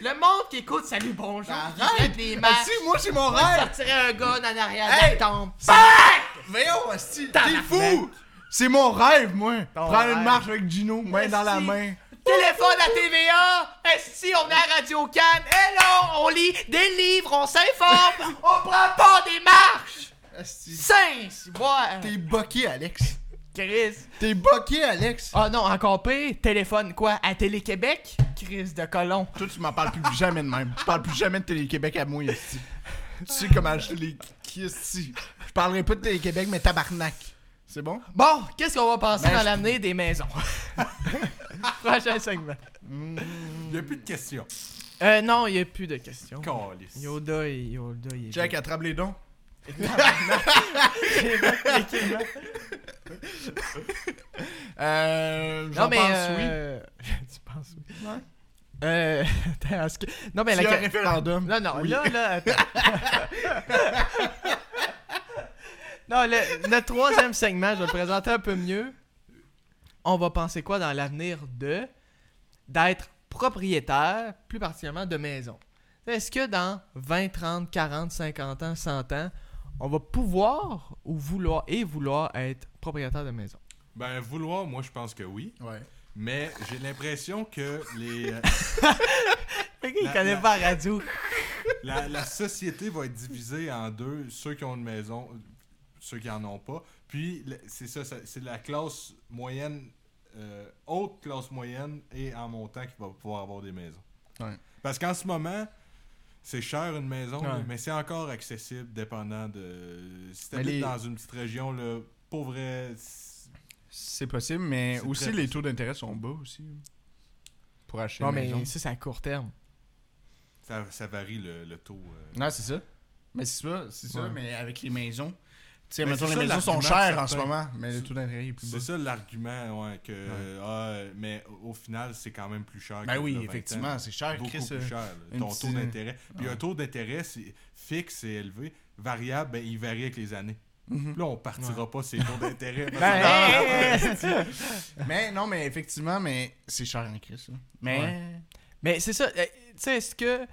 Speaker 2: Le monde qui écoute salut, bonjour, qui
Speaker 1: Arrête!
Speaker 2: jette des
Speaker 1: Ah,
Speaker 2: marches,
Speaker 1: si, moi, c'est mon
Speaker 2: on
Speaker 1: rêve!
Speaker 2: sortirait un gun en arrière
Speaker 1: Hey!
Speaker 2: de la tombe.
Speaker 1: Voyons, esti. T'es
Speaker 2: Tabarnak.
Speaker 1: fou! C'est mon rêve, moi!
Speaker 2: Ton
Speaker 1: Prendre
Speaker 2: rêve.
Speaker 1: une marche avec Gino, main dans la
Speaker 2: Esti.
Speaker 1: main.
Speaker 2: Téléphone à TVA! Esti, on est à Radio Cannes! Hello! On lit des livres, on s'informe! on prend pas des marches!
Speaker 1: Esti.
Speaker 2: Saint! Ouais!
Speaker 1: T'es boqué, Alex.
Speaker 2: Chris!
Speaker 1: T'es boqué, Alex.
Speaker 2: Ah non, encore pire, téléphone quoi? À Télé-Québec? Chris de colon!
Speaker 1: Toi, tu m'en parles plus jamais de même. Tu parles plus jamais de Télé-Québec à moi, ici. Tu sais comment je les ici. Je parlerai pas de Télé-Québec, mais tabarnak. C'est bon?
Speaker 2: Bon, qu'est-ce qu'on va penser
Speaker 1: Ben,
Speaker 2: dans
Speaker 1: je-
Speaker 2: l'avenir des maisons? <laughs> Prochain segment.
Speaker 3: Il n'y a plus de questions.
Speaker 2: Euh, non, il n'y a plus de questions.
Speaker 3: Calice.
Speaker 2: Yoda, il- Yoda, il est...
Speaker 1: Jack, attrape les dons. Euh. J'en
Speaker 2: <laughs> Non, mais...
Speaker 1: pense
Speaker 2: euh, <laughs> tu penses oui?
Speaker 1: oui. Ouais.
Speaker 2: Euh... <laughs> attends, est-ce que- Non, mais
Speaker 1: S'il
Speaker 2: la...
Speaker 1: y a un
Speaker 2: que-
Speaker 1: référendum.
Speaker 2: Non, non,
Speaker 1: Oui.
Speaker 2: là, là... attends. <laughs> non, le, le troisième segment, je vais le présenter un peu mieux. On va penser quoi dans l'avenir de... D'être propriétaire, plus particulièrement de maison. Est-ce que dans 20, 30, 40, 50 ans, 100 ans, on va pouvoir ou vouloir et vouloir être propriétaire de maison?
Speaker 3: Ben, vouloir, moi, je pense que oui.
Speaker 1: Ouais.
Speaker 3: Mais j'ai l'impression que les, euh,
Speaker 2: il
Speaker 3: La-
Speaker 2: connaît
Speaker 3: la-
Speaker 2: pas la radio.
Speaker 3: la, la société va être divisée en deux. Ceux qui ont une maison, ceux qui en ont pas. Puis, le- c'est ça, ça- c'est la classe moyenne, euh, haute classe moyenne et en montant qui va pouvoir avoir des maisons.
Speaker 1: Ouais.
Speaker 3: Parce qu'en ce moment, c'est cher une maison,
Speaker 2: Ouais.
Speaker 3: là, mais c'est encore accessible dépendant de. Si t'habites
Speaker 1: Mais les-
Speaker 3: dans une petite région, là, pour vrai. c'est-
Speaker 1: C'est possible, mais
Speaker 3: C'est
Speaker 1: aussi
Speaker 3: très
Speaker 1: les taux d'intérêt sont bas aussi. Pour acheter
Speaker 2: Non,
Speaker 1: une
Speaker 2: mais
Speaker 1: maison.
Speaker 2: ça, c'est à court terme.
Speaker 3: Ça, ça varie le, le taux. euh.
Speaker 1: Non, c'est ça. Mais c'est ça, c'est ça,
Speaker 2: Ouais.
Speaker 1: mais avec les maisons. Tu sais,
Speaker 3: Mais
Speaker 1: mettons,
Speaker 3: c'est
Speaker 1: les
Speaker 3: ça,
Speaker 1: maisons sont
Speaker 3: l'argument
Speaker 1: chères en ce
Speaker 3: certain.
Speaker 1: moment, mais le
Speaker 3: C'est-
Speaker 1: taux d'intérêt est plus bas.
Speaker 3: C'est ça l'argument, ouais, que. ah, mais au au final, c'est quand même plus cher.
Speaker 1: Ben
Speaker 3: que le
Speaker 1: oui,
Speaker 3: 20 ans.
Speaker 1: effectivement, c'est cher.
Speaker 3: Beaucoup
Speaker 1: Chris,
Speaker 3: plus
Speaker 1: euh, <laughs>
Speaker 3: cher. là,
Speaker 1: une
Speaker 3: ton
Speaker 1: petite-
Speaker 3: taux d'intérêt. Puis un taux d'intérêt c'est fixe et élevé. Variable, ben, il varie avec les années.
Speaker 1: Mhm.
Speaker 3: Là, on partira pas ces taux
Speaker 1: <laughs>
Speaker 3: d'intérêt. parce
Speaker 1: Ben,
Speaker 3: que-
Speaker 1: Mais non, mais effectivement, mais c'est cher en Christ. là. Mais
Speaker 2: Mais c'est ça. euh, Tu eh, sais, est-ce que Tu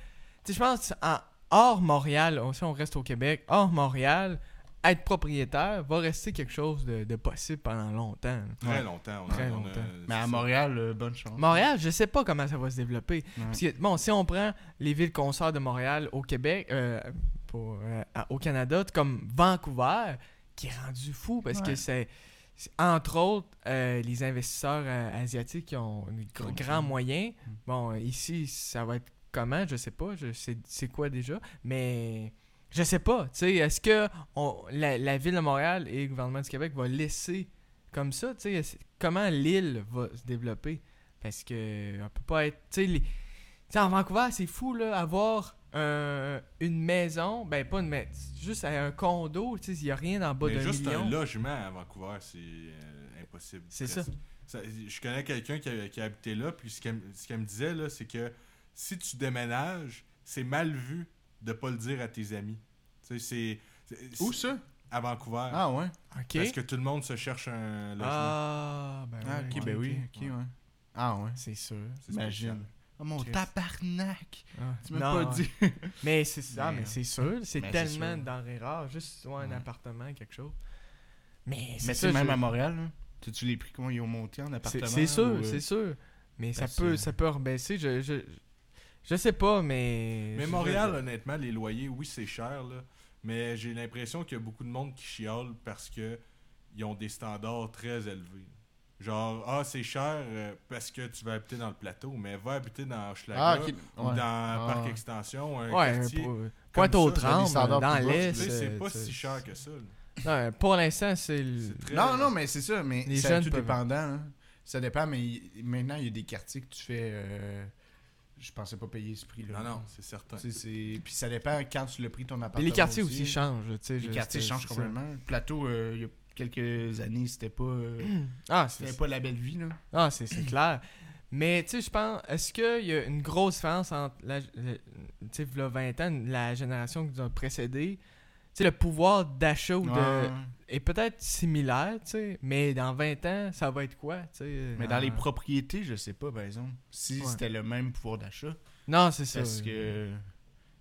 Speaker 2: sais, je pense, en- hors Montréal, on- si on reste au Québec, hors Montréal, être propriétaire va rester quelque chose de, de possible pendant longtemps. là.
Speaker 3: Très longtemps. On a-
Speaker 2: Très
Speaker 3: on a-
Speaker 2: longtemps.
Speaker 1: Mais à
Speaker 3: c'est-
Speaker 1: Montréal, euh, bonne chance.
Speaker 2: Montréal, je sais pas comment ça va se développer.
Speaker 1: Ouais.
Speaker 2: Parce que, bon, si on prend les villes concerts de Montréal au Québec, euh, pour, euh, à- au Canada, t- comme Vancouver, qui est rendu fou parce que
Speaker 1: Ouais.
Speaker 2: c'est. c'est- Entre autres, euh, les investisseurs euh, asiatiques qui ont des gr-
Speaker 1: Comme ça.
Speaker 2: grands moyens.
Speaker 1: Mm.
Speaker 2: Bon, ici, ça va être comment Je sais pas. Je sais c'est quoi déjà. Mais je sais pas. Tu sais, est-ce que on- la, la ville de Montréal et le gouvernement du Québec va laisser comme ça Tu sais, c'est- comment l'île va se développer Parce que on peut pas être. Tu sais, les- tu sais, en Vancouver, c'est fou là, avoir un- une maison, ben pas une maison, juste un condo. Tu sais, il y a rien en bas
Speaker 3: Mais
Speaker 2: d'un
Speaker 3: juste
Speaker 2: million.
Speaker 3: un logement à Vancouver, c'est euh, impossible.
Speaker 2: C'est
Speaker 3: Presque.
Speaker 2: ça.
Speaker 3: Ça, Je connais quelqu'un qui, a- qui a habité là, puis ce qu'elle me- ce qu'elle me disait, là, c'est que si tu déménages, c'est mal vu de pas le dire à tes amis. Tu sais, c'est. c'est-
Speaker 1: Où
Speaker 3: c'est-
Speaker 1: ça
Speaker 3: À Vancouver.
Speaker 1: Ah ouais.
Speaker 2: Ok.
Speaker 3: Parce que tout le monde se cherche un logement.
Speaker 2: Ah, ben
Speaker 1: Ah,
Speaker 2: oui,
Speaker 1: ok,
Speaker 2: ok,
Speaker 1: ben oui. Ok,
Speaker 3: ouais.
Speaker 1: ouais. Ah ouais.
Speaker 2: C'est sûr.
Speaker 3: C'est
Speaker 1: Imagine.
Speaker 3: spécial.
Speaker 1: Oh mon
Speaker 2: Chris.
Speaker 1: tabarnak.
Speaker 2: Ah,
Speaker 1: Tu m'as
Speaker 2: non,
Speaker 1: pas dit.
Speaker 2: Mais c'est ça,
Speaker 1: Mais,
Speaker 2: mais,
Speaker 1: euh,
Speaker 2: c'est sûr. C'est
Speaker 1: mais c'est
Speaker 2: tellement
Speaker 1: sûr.
Speaker 2: dans denrées rares. Juste soit un
Speaker 1: Ouais.
Speaker 2: appartement, quelque chose. Mais
Speaker 1: Mais
Speaker 2: c'est ça,
Speaker 1: c'est même
Speaker 2: je-
Speaker 1: à Montréal, là. T'as-tu les prix comment ils ont monté en
Speaker 2: c'est-
Speaker 1: appartement?
Speaker 2: C'est sûr,
Speaker 1: ou, euh,
Speaker 2: c'est sûr. Mais ça,
Speaker 1: parce
Speaker 2: peut,
Speaker 1: que-
Speaker 2: ça peut rebaisser. Je, je, je sais pas, mais.
Speaker 3: Mais
Speaker 2: je-
Speaker 3: Montréal,
Speaker 2: je-
Speaker 3: honnêtement, les loyers, oui, c'est cher, là, mais j'ai l'impression qu'il y a beaucoup de monde qui chiale parce que ils ont des standards très élevés. Genre, ah, c'est cher euh, parce que tu vas habiter dans le plateau, mais va habiter dans Hochelaga
Speaker 1: Ah, ok.
Speaker 3: ou
Speaker 1: Ouais.
Speaker 3: dans
Speaker 1: Ah.
Speaker 3: Parc Extension, un
Speaker 2: Ouais,
Speaker 3: quartier.
Speaker 2: pour- euh,
Speaker 3: comme
Speaker 2: pointe aux
Speaker 1: il
Speaker 3: ça,
Speaker 1: y a des
Speaker 2: trembles,
Speaker 1: standards
Speaker 2: dans
Speaker 1: plus bas,
Speaker 3: Tu
Speaker 2: l'Est.
Speaker 3: sais, c'est
Speaker 2: euh,
Speaker 3: pas
Speaker 2: tu-
Speaker 3: si cher que ça. là.
Speaker 2: Non, pour l'instant, c'est. le-
Speaker 3: C'est très-
Speaker 1: Non, non, mais c'est ça. Mais
Speaker 2: Les
Speaker 1: c'est
Speaker 2: jeunes
Speaker 1: tout
Speaker 2: peuvent-
Speaker 1: dépendant. hein. Ça dépend, mais il- maintenant, il y a des quartiers que tu fais. euh, Je pensais pas payer ce prix-là.
Speaker 3: Non, non, c'est certain.
Speaker 1: Tu sais, c'est- Puis ça dépend quand tu l'as pris ton appartement.
Speaker 2: Puis les quartiers aussi changent. tu sais,
Speaker 1: Les
Speaker 2: je-
Speaker 1: quartiers
Speaker 2: c'est-
Speaker 1: changent
Speaker 2: c'est ça.
Speaker 1: complètement. Le plateau, euh, il y a quelques années, c'était pas. euh,
Speaker 2: <clears throat> Ah, c'est
Speaker 1: C'était pas la belle vie, là.
Speaker 2: Ah, c'est c'est clair. Mais tu sais, je pense, est-ce qu'il y a une grosse différence entre la, le- tu sais, v'là 20 ans, la génération qui nous a précédé, tu sais, le pouvoir d'achat ou de-
Speaker 1: Ouais.
Speaker 2: est peut-être similaire, tu sais, mais dans 20 ans, ça va être quoi, tu sais? euh,
Speaker 1: Mais dans les propriétés, je sais pas, par exemple. Si
Speaker 2: Ah. Ouais.
Speaker 1: c'était le même pouvoir d'achat.
Speaker 2: Non, c'est ça. euh,
Speaker 1: Parce que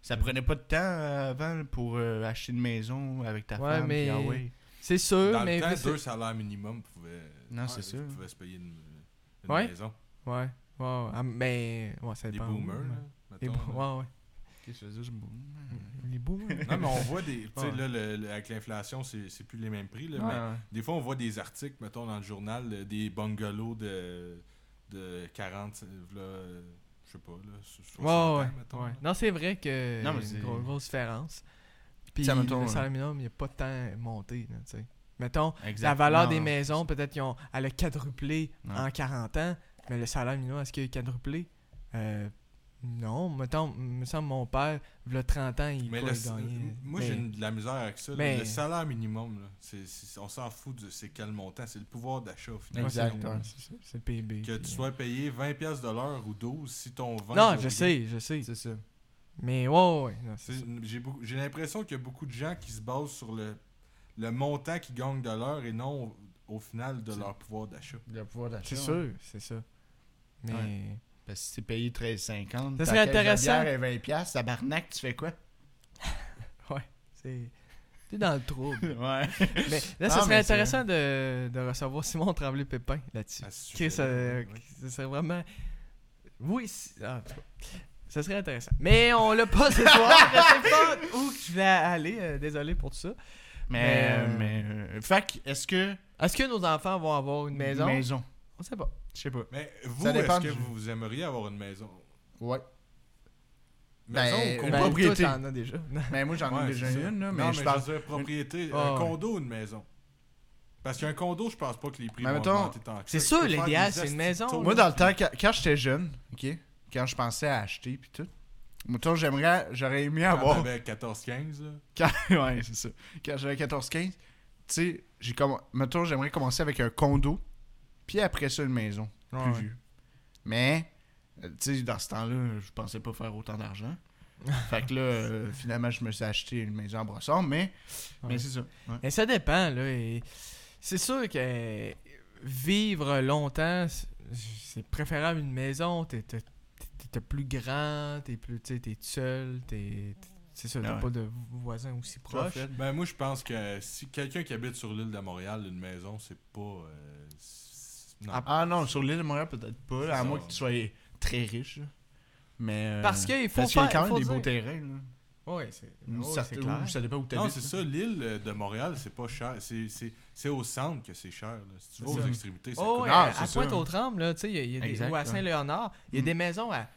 Speaker 1: ça prenait pas de temps euh, avant pour euh, acheter une maison avec ta
Speaker 2: Ouais,
Speaker 1: femme.
Speaker 2: mais-
Speaker 1: puis ah ouais.
Speaker 2: C'est sûr,
Speaker 3: Dans
Speaker 2: mais...
Speaker 3: le temps,
Speaker 2: vu que
Speaker 3: deux salaires minimum pouvaient,
Speaker 1: Non, c'est ça.
Speaker 3: pouvaient se payer une, une
Speaker 2: Ouais.
Speaker 3: maison.
Speaker 2: c'est- Ouais, ouais, ouais, Ah, mais... Ouais, ça
Speaker 3: Des
Speaker 2: dépend.
Speaker 3: boomers, là,
Speaker 2: Les
Speaker 3: mettons, là.
Speaker 2: boomers, ouais,
Speaker 1: Qu'est-ce que ça veut dire,
Speaker 2: ouais. Les boomers. <laughs>
Speaker 3: Non, mais on voit des. Tu sais,
Speaker 2: Ouais.
Speaker 3: là, le- le- avec l'inflation, c'est c'est plus les mêmes prix. Là,
Speaker 2: Ouais,
Speaker 3: mais
Speaker 2: ouais.
Speaker 3: Des fois, on voit des articles, mettons, dans le journal, euh, des bungalows de, de 40, euh, v'là, euh, je sais pas, là, so- 60
Speaker 2: Ouais, ouais,
Speaker 3: ans, mettons.
Speaker 2: ouais.
Speaker 3: là.
Speaker 2: Non, c'est vrai que
Speaker 1: Non, mais
Speaker 2: il y a
Speaker 1: c'est-
Speaker 2: une gro- grosse différence. Puis
Speaker 1: Ça, mettons,
Speaker 2: le
Speaker 1: euh,
Speaker 2: salaire minimum, il n'est pas tant monté. là, tu sais. mettons,
Speaker 1: Exact.
Speaker 2: la valeur
Speaker 1: Non,
Speaker 2: des
Speaker 1: non.
Speaker 2: maisons, peut-être qu'ils ont, elle a quadruplé
Speaker 1: Ouais.
Speaker 2: en 40 ans, mais le salaire minimum, est-ce qu'il a quadruplé Euh, Non, mettons, me semble mon père, il a 30 ans, il
Speaker 3: Mais
Speaker 2: quoi,
Speaker 3: le-
Speaker 2: il gagnait,
Speaker 3: euh, moi,
Speaker 2: mais-
Speaker 3: j'ai une- de la misère avec ça. là.
Speaker 2: mais-
Speaker 3: Le salaire minimum, là, c'est- c'est- on s'en fout de c'est quel montant, c'est le pouvoir d'achat, au final.
Speaker 2: Ouais, c'est-
Speaker 1: Exact, ouais.
Speaker 2: c'est ça, C'est le PIB.
Speaker 3: Que tu
Speaker 2: puis-
Speaker 3: sois payé 20$ piastres de l'heure ou 12$ si ton vent.
Speaker 2: hein. Non, je sais, je sais.
Speaker 1: C'est ça.
Speaker 2: Mais ouais, ouais, ouais, non, c'est
Speaker 3: C'est-
Speaker 2: ça.
Speaker 3: J'ai beaucoup- j'ai l'impression qu'il y a beaucoup de gens qui se basent sur le, le montant qu'ils gagnent de l'heure et non au, au final de
Speaker 1: C'est-
Speaker 3: leur pouvoir d'achat.
Speaker 1: Le pouvoir d'achat.
Speaker 2: C'est
Speaker 1: ouais.
Speaker 2: sûr, c'est ça. Mais.
Speaker 1: Ouais. Parce que si t'es payé 13,50.
Speaker 2: Ça
Speaker 1: ta
Speaker 2: serait
Speaker 1: caisse de
Speaker 2: intéressant.
Speaker 1: bière est 20 piastres, tabarnak, tu fais quoi? <laughs>
Speaker 2: C'est. T'es dans le trouble.
Speaker 1: <laughs> ouais.
Speaker 2: Mais là,
Speaker 1: Ah,
Speaker 2: ça serait
Speaker 1: mais c'est-
Speaker 2: intéressant de, de recevoir Simon Tremblay-Pépin là-dessus.
Speaker 3: À ce
Speaker 2: Chris,
Speaker 3: sujet-là,
Speaker 2: euh,
Speaker 3: oui.
Speaker 2: ça serait vraiment. Oui, c'est- ah, en tout cas, ça serait intéressant. Mais on l'a pas ce soir. je sais pas où que je voulais aller. euh, désolé pour tout ça.
Speaker 1: Mais.
Speaker 2: Mais,
Speaker 1: mais euh, fait que, est-ce que.
Speaker 2: Est-ce que nos enfants vont avoir une maison
Speaker 1: Maison.
Speaker 2: On sait pas.
Speaker 1: Je sais pas.
Speaker 3: Mais vous,
Speaker 1: Ça dépend
Speaker 3: est-ce que
Speaker 1: du-
Speaker 3: vous aimeriez avoir une maison
Speaker 1: Ouais.
Speaker 3: Maison
Speaker 1: Ben,
Speaker 3: ou
Speaker 1: Une
Speaker 3: condo
Speaker 1: ben, propriété.
Speaker 2: toi, t'en as déjà. Non.
Speaker 1: Mais Ben, moi, j'en ai
Speaker 3: Ouais,
Speaker 1: déjà
Speaker 3: c'est ça.
Speaker 1: une, là. Mais
Speaker 3: non, mais
Speaker 1: je
Speaker 3: je
Speaker 1: parle.
Speaker 3: veux dire propriété.
Speaker 2: Ah,
Speaker 3: un
Speaker 2: ouais.
Speaker 3: condo ou une maison Parce qu'un condo, je pense pas que les prix
Speaker 1: Mais
Speaker 3: vont
Speaker 1: mettons,
Speaker 3: augmenter tant que
Speaker 2: c'est
Speaker 3: ça.
Speaker 2: sûr,
Speaker 3: Tu peux faire
Speaker 2: l'idéal,
Speaker 3: des
Speaker 2: c'est une
Speaker 3: hosties de
Speaker 2: maison.
Speaker 3: taux.
Speaker 1: Moi, dans le temps, quand, quand j'étais jeune, OK, quand je pensais à acheter puis tout, mettons, j'aimerais, j'aurais aimé
Speaker 3: Quand
Speaker 1: avoir...
Speaker 3: t'avais 14-15, là.
Speaker 1: Quand, <laughs> ouais, c'est ça. Quand j'avais 14-15, tu sais, j'ai comm... mettons, j'aimerais commencer avec un condo, puis après ça, une maison, plus
Speaker 2: Ouais, ouais.
Speaker 1: vieux. Mais, euh, tu sais, dans ce temps-là, je pensais pas faire autant d'argent. fait que là, euh, finalement, je me suis acheté une maison à Brossard, mais,
Speaker 2: Ouais.
Speaker 1: mais c'est ça. Ouais.
Speaker 2: Et ça dépend, là. et C'est sûr que vivre longtemps, c'est- c'est préférable une maison. T'es t'es- t'es- t'es plus grand, t'es plus, tu sais, t'es tout seul, t'es, t'es- c'est ça, t'as
Speaker 1: Ouais.
Speaker 2: pas de voisins aussi proches.
Speaker 3: Ben moi je pense que si quelqu'un qui habite sur l'île de Montréal, une maison, c'est pas euh, c'est- non.
Speaker 2: Ah,
Speaker 1: Ah non, sur l'île de Montréal, peut-être pas, là, à
Speaker 3: C'est
Speaker 1: moins
Speaker 3: ça.
Speaker 1: que tu sois très riche. là. Mais, euh,
Speaker 2: Parce qu'il faut
Speaker 1: parce qu'il y a
Speaker 2: faire-
Speaker 1: quand même
Speaker 2: faut
Speaker 1: des beaux
Speaker 2: dire.
Speaker 1: terrains. Là.
Speaker 2: Ouais, c'est,
Speaker 1: Ou
Speaker 2: ouais,
Speaker 1: ça,
Speaker 2: c'est
Speaker 1: ou
Speaker 2: clair.
Speaker 1: ça dépend où tu
Speaker 3: Non, c'est ça, l'île euh, de Montréal, c'est pas cher. C'est- C'est c'est au centre que c'est cher. là. Si tu vas
Speaker 2: C'est
Speaker 3: aux
Speaker 2: ça.
Speaker 3: extrémités, ça
Speaker 2: Oh,
Speaker 3: coûte.
Speaker 2: ouais,
Speaker 1: Ah,
Speaker 2: à-
Speaker 1: c'est
Speaker 2: à
Speaker 1: ça.
Speaker 2: Pointe-aux-Trembles, là, tu sais, il y a- il y a des-
Speaker 1: Exact,
Speaker 2: ou à
Speaker 1: ouais.
Speaker 2: Saint-Léonard, il y a
Speaker 1: Mm.
Speaker 2: des maisons à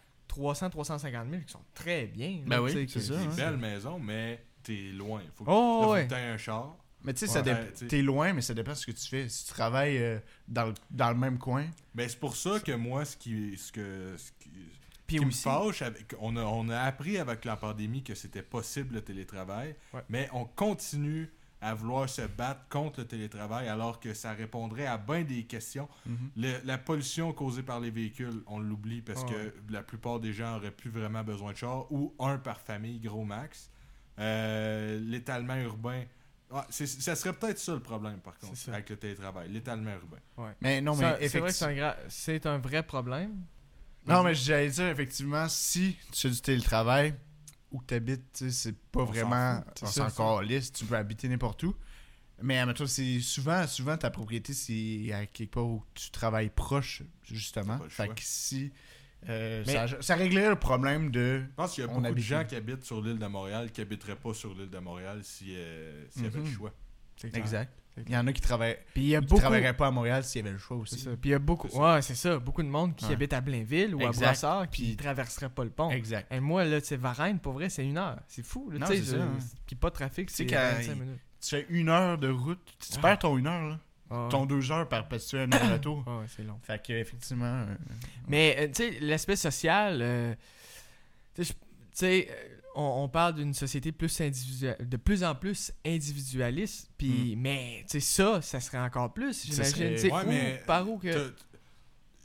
Speaker 2: 300-350 000 qui sont très bien. là,
Speaker 1: Ben oui,
Speaker 2: tu sais,
Speaker 1: c'est
Speaker 2: que-
Speaker 1: ça,
Speaker 3: Des
Speaker 1: hein.
Speaker 3: belles maisons, mais t'es loin. Faut que,
Speaker 2: Oh,
Speaker 3: là, faut
Speaker 2: ouais.
Speaker 3: que t'aies un char.
Speaker 1: Mais tu sais,
Speaker 3: Ouais.
Speaker 1: ça dépend.
Speaker 3: Ouais, tu sais.
Speaker 1: T'es loin, mais ça dépend de ce que tu fais. Si tu travailles euh, dans, le, dans le même coin.
Speaker 3: Ben, c'est pour ça que moi, ce qui, ce que, ce qui,
Speaker 2: Puis
Speaker 3: qui me
Speaker 2: aussi-
Speaker 3: fâche, avec- on, a, on a appris avec la pandémie que c'était possible le télétravail,
Speaker 2: Ouais.
Speaker 3: mais on continue à vouloir se battre contre le télétravail alors que ça répondrait à bien des questions. Le- la pollution causée par les véhicules, on l'oublie parce
Speaker 2: Ah
Speaker 3: que la plupart des gens auraient plus vraiment besoin de char ou un par famille, gros max. Euh, L'étalement urbain. Ah, c'est- ça serait peut-être ça le problème, par contre,
Speaker 2: C'est ça.
Speaker 3: avec le télétravail, l'étalement urbain.
Speaker 1: Mais non, mais.
Speaker 2: Ça, et c'est vrai que
Speaker 1: effecti-
Speaker 2: c'est un, gra- c'est un vrai problème.
Speaker 1: Non, mais j'allais dire, effectivement, si tu fais du télétravail, où que t'habites, tu sais, c'est pas
Speaker 3: On s'en
Speaker 1: vraiment.
Speaker 3: fout,
Speaker 1: On
Speaker 3: c'est ça,
Speaker 1: s'en
Speaker 3: ça.
Speaker 1: calisse, tu peux habiter n'importe où. Mais admettons, c'est souvent, souvent ta propriété, c'est à quelque part où tu travailles proche, justement.
Speaker 3: T'as pas le
Speaker 1: Fait
Speaker 3: choix.
Speaker 1: que si. euh,
Speaker 2: Mais-
Speaker 1: ça, ça réglerait le problème de.
Speaker 3: Je pense qu'il y a
Speaker 1: On
Speaker 3: beaucoup de
Speaker 1: habite
Speaker 3: gens
Speaker 1: où?
Speaker 3: qui habitent sur l'île de Montréal qui n'habiteraient pas sur l'île de Montréal si, euh, s'il y avait le
Speaker 1: Mhm.
Speaker 3: choix.
Speaker 2: C'est clair.
Speaker 1: Exact.
Speaker 2: C'est
Speaker 1: Il y en a qui travaillent.
Speaker 2: Puis il y a
Speaker 1: qui
Speaker 2: beaucoup.
Speaker 1: travailleraient pas à Montréal s'il y avait le choix
Speaker 2: C'est
Speaker 1: aussi.
Speaker 2: ça. Puis il y a beaucoup.
Speaker 3: C'est ça.
Speaker 2: Ouais, c'est ça. Beaucoup de monde qui
Speaker 1: Ouais.
Speaker 2: habite à Blainville ou
Speaker 1: Exact.
Speaker 2: à Brassard qui
Speaker 1: Puis-
Speaker 2: traverserait pas le pont.
Speaker 1: Exact.
Speaker 2: Et moi, là, tu sais, Varennes, pour vrai, c'est une heure. C'est fou. Là,
Speaker 1: Non,
Speaker 2: tu sais,
Speaker 1: c'est ça,
Speaker 2: je-
Speaker 1: hein.
Speaker 2: Puis pas de trafic,
Speaker 1: Tu sais
Speaker 2: c'est
Speaker 1: qu'à-
Speaker 2: 25 minutes.
Speaker 1: Tu fais une heure de route, tu, tu perds ton une heure, là.
Speaker 2: Ah,
Speaker 1: ton deux heures par parce que tu fais un heure retour.
Speaker 2: ah, c'est long.
Speaker 1: Fait que, effectivement. euh,
Speaker 2: Mais, euh, tu sais, l'aspect social, euh, tu sais, je- tu sais, euh, on, on parle d'une société plus individua- de plus en plus individualiste, puis, mais, tu sais, ça, ça serait encore plus,
Speaker 1: Ça
Speaker 2: j'imagine.
Speaker 1: serait-
Speaker 2: Tu sais,
Speaker 3: Hmm. Ouais,
Speaker 2: où,
Speaker 3: mais
Speaker 2: par où que...
Speaker 3: T'as- t-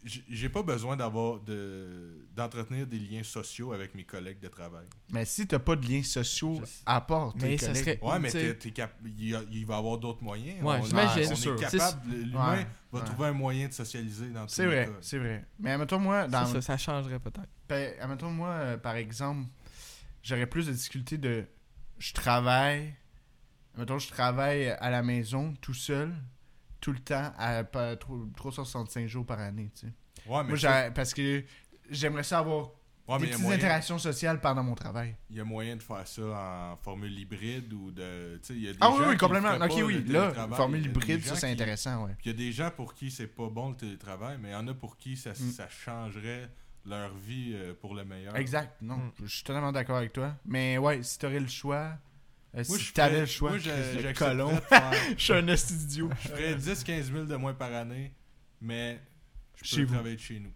Speaker 3: J'ai j'ai pas besoin d'avoir de d'entretenir des liens sociaux avec mes collègues de travail.
Speaker 1: Mais si t'as pas de liens sociaux
Speaker 2: Je sais.
Speaker 1: à part tes
Speaker 2: Mais ça
Speaker 1: collègues,
Speaker 2: serait...
Speaker 3: Ouais, mais
Speaker 2: tu sais,
Speaker 3: t'es- t'es cap- il, y a- il va y avoir d'autres moyens.
Speaker 2: Ouais,
Speaker 3: On-
Speaker 2: j'imagine.
Speaker 3: on
Speaker 1: C'est sûr.
Speaker 3: est capable. L'humain
Speaker 1: Ouais,
Speaker 3: va
Speaker 1: ouais.
Speaker 3: trouver un moyen de socialiser dans tous
Speaker 1: C'est
Speaker 3: les
Speaker 1: vrai,
Speaker 3: cas.
Speaker 1: c'est vrai. Mais admettons, moi, dans,
Speaker 2: ça, ça, ça changerait peut-être.
Speaker 1: ben, admettons, moi euh, par exemple, j'aurais plus de difficultés de. Je travaille. Admettons, je travaille à la maison tout seul, tout le temps, à pas- tro- 365 jours par année, tu sais.
Speaker 3: Ouais, Ah,
Speaker 1: Moi,
Speaker 3: mais ça-
Speaker 1: j'aurais- parce que j'aimerais ça avoir
Speaker 3: ouais, mais
Speaker 1: des
Speaker 3: il y a
Speaker 1: petites
Speaker 3: moyen-
Speaker 1: interactions sociales pendant mon travail.
Speaker 3: il y a moyen de faire ça en formule hybride ou de. tu sais, il y a des
Speaker 1: Ah
Speaker 3: gens
Speaker 1: oui, oui,
Speaker 3: qui
Speaker 1: complètement.
Speaker 3: feraient
Speaker 1: Ok,
Speaker 3: pas
Speaker 1: oui,
Speaker 3: le
Speaker 1: là,
Speaker 3: télétravail. Il
Speaker 1: formule
Speaker 3: y a des
Speaker 1: hybride,
Speaker 3: gens
Speaker 1: ça, c'est
Speaker 3: qui-
Speaker 1: intéressant, ouais.
Speaker 3: Puis il y a des gens pour qui c'est pas bon le télétravail, mais il y en a pour qui ça,
Speaker 1: Mm.
Speaker 3: ça changerait leur vie euh, pour le meilleur.
Speaker 1: Exact, non,
Speaker 2: Mm.
Speaker 1: je suis totalement d'accord avec toi. Mais ouais, si t'aurais le choix, euh,
Speaker 3: Moi,
Speaker 1: si
Speaker 3: je
Speaker 1: t'avais
Speaker 3: ferais-
Speaker 1: le choix,
Speaker 3: moi,
Speaker 1: Chris,
Speaker 3: je-
Speaker 1: le
Speaker 3: j'accepterais <laughs>
Speaker 1: colon. <laughs>
Speaker 3: de faire-
Speaker 1: Je suis un esti d'idiot.
Speaker 3: je ferais 10-15 000 de moins par année, mais je peux
Speaker 1: Chez vous.
Speaker 3: travailler de chez nous.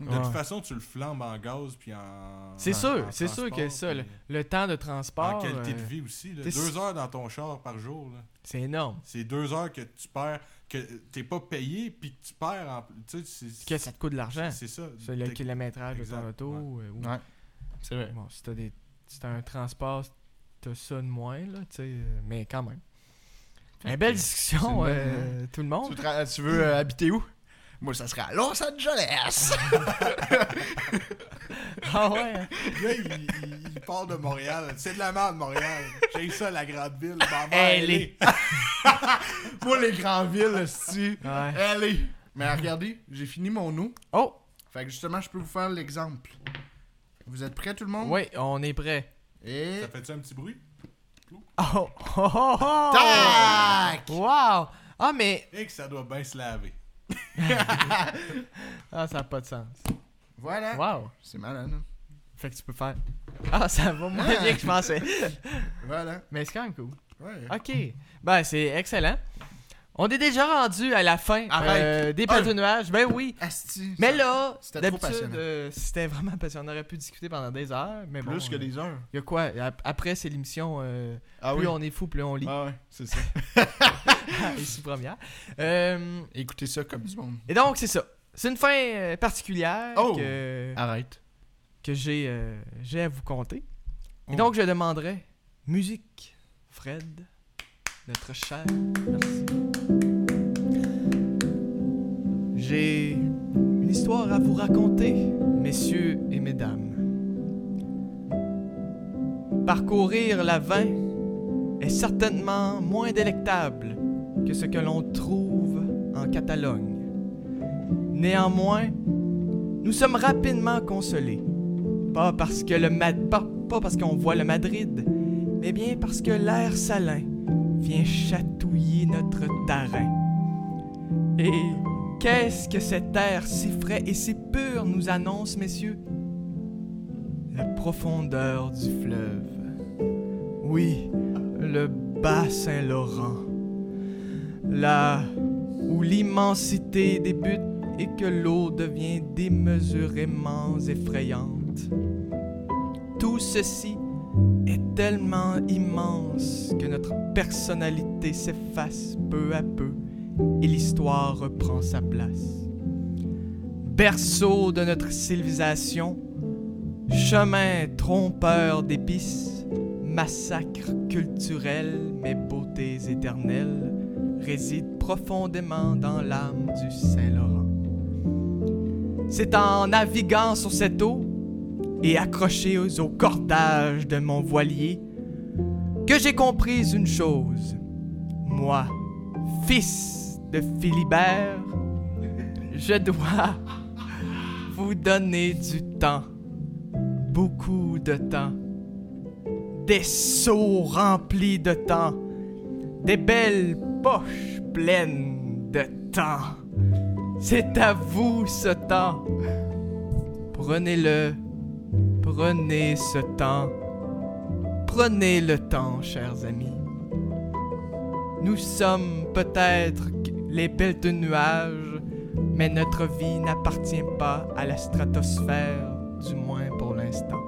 Speaker 3: De
Speaker 2: Ouais.
Speaker 3: toute façon, tu le flambes en gaz puis en.
Speaker 2: C'est
Speaker 3: en-
Speaker 2: sûr,
Speaker 3: en
Speaker 2: c'est sûr que
Speaker 3: transport,
Speaker 2: ça,
Speaker 3: puis
Speaker 2: le, le temps de transport,
Speaker 3: En qualité de
Speaker 2: euh,
Speaker 3: vie aussi. là.
Speaker 2: t'es-
Speaker 3: Deux heures dans ton char par jour. là.
Speaker 2: c'est énorme.
Speaker 3: C'est deux heures que tu perds, que t'es pas payé puis que tu perds en. Tu sais, c'est-
Speaker 2: Que ça hein? te coûte de l'argent.
Speaker 3: C'est ça.
Speaker 2: C'est le
Speaker 3: T'es-
Speaker 2: kilométrage de ton
Speaker 3: Exact,
Speaker 2: auto. euh, ou-
Speaker 1: Ouais. C'est vrai.
Speaker 2: Bon, si t'as des... si t'as un transport, t'as ça de moins, là, tu sais, euh, mais quand même. Une
Speaker 1: c'est
Speaker 2: belle
Speaker 1: une
Speaker 2: discussion,
Speaker 1: bonne,
Speaker 2: euh, tout le
Speaker 1: Tu,
Speaker 2: monde.
Speaker 1: tra- tu veux euh, habiter où Moi, ça serait à Los Angeles.
Speaker 2: <laughs> Ah ouais, hein?
Speaker 3: Le gars, il, il- il part de Montréal. C'est de la merde, Montréal. J'ai ça, la grande ville. M'en vais à
Speaker 2: Elle
Speaker 3: LA.
Speaker 2: est-
Speaker 1: Moi, les grandes villes, aussi. <laughs>
Speaker 2: Ouais.
Speaker 1: Allez. Mais regardez, j'ai fini mon eau.
Speaker 2: hein? Oh,
Speaker 1: Fait que justement, je peux vous faire l'exemple. Vous êtes prêts, tout le monde
Speaker 2: oui, on est prêt.
Speaker 1: Et.
Speaker 3: Ça fait-tu un petit bruit?
Speaker 2: Oh, oh, oh, oh!
Speaker 1: Tac
Speaker 2: Wow! Ah, mais...
Speaker 3: Et que ça doit bien se laver.
Speaker 2: Ah, ça n'a pas de sens.
Speaker 1: Voilà.
Speaker 2: Wow!
Speaker 1: C'est malade. hein.
Speaker 2: Fait que tu peux faire... Ah, ça va moins bien que je pensais.
Speaker 1: Voilà.
Speaker 2: Mais c'est quand même cool.
Speaker 1: Ouais.
Speaker 2: OK. Ben, c'est excellent. On est déjà rendu à la fin
Speaker 1: Arrête. Ah.
Speaker 2: euh, des
Speaker 1: Un.
Speaker 2: patronnages. Ben oui.
Speaker 1: <laughs> Asti.
Speaker 2: Mais
Speaker 1: ça-
Speaker 2: là,
Speaker 1: c'était trop
Speaker 2: d'habitude,
Speaker 1: passionnant.
Speaker 2: euh, c'était vraiment passionnant. On aurait pu discuter pendant des heures, mais bon.
Speaker 1: Plus que
Speaker 2: euh,
Speaker 1: des heures.
Speaker 2: Il y a quoi? Ap- Après, c'est l'émission euh,
Speaker 1: Ah
Speaker 2: Plus
Speaker 1: oui.
Speaker 2: on est fou, plus on lit.
Speaker 1: Ah ouais, c'est ça.
Speaker 2: <laughs> Ici, première. Euh,
Speaker 1: Écoutez ça comme du monde.
Speaker 2: et donc, c'est ça. C'est une fin euh, particulière
Speaker 1: Oh.
Speaker 2: que,
Speaker 1: Arrête.
Speaker 2: que j'ai euh, j'ai à vous conter.
Speaker 1: Oh.
Speaker 2: Et donc, je demanderai musique, Fred, notre cher. Merci. J'ai une histoire. histoire à vous raconter, messieurs et mesdames. Parcourir la vin est certainement moins délectable que ce que l'on trouve en Catalogne. Néanmoins, nous sommes rapidement consolés. Pas parce que le Mad- pas- pas parce qu'on voit le Madrid, mais bien parce que l'air salin vient chatouiller notre terrain. Et qu'est-ce que cet air si frais et si pur nous annonce, messieurs La profondeur du fleuve. Oui, le bas Saint-Laurent. Là où l'immensité débute et que l'eau devient démesurément effrayante. Tout ceci est tellement immense que notre personnalité s'efface peu à peu et l'histoire reprend sa place. Berceau de notre civilisation, chemin trompeur d'épices, massacre culturel mais beautés éternelles résident profondément dans l'âme du Saint-Laurent. C'est en naviguant sur cette eau et accroché aux cordages de mon voilier que j'ai compris une chose. Moi, fils de Philibert, je dois vous donner du temps, beaucoup de temps, des seaux remplis de temps, des belles poches pleines de temps. C'est à vous ce temps. Prenez-le, prenez ce temps, prenez le temps, chers amis. Nous sommes peut-être que les belles de nuages, mais notre vie n'appartient pas à la stratosphère, du moins pour l'instant.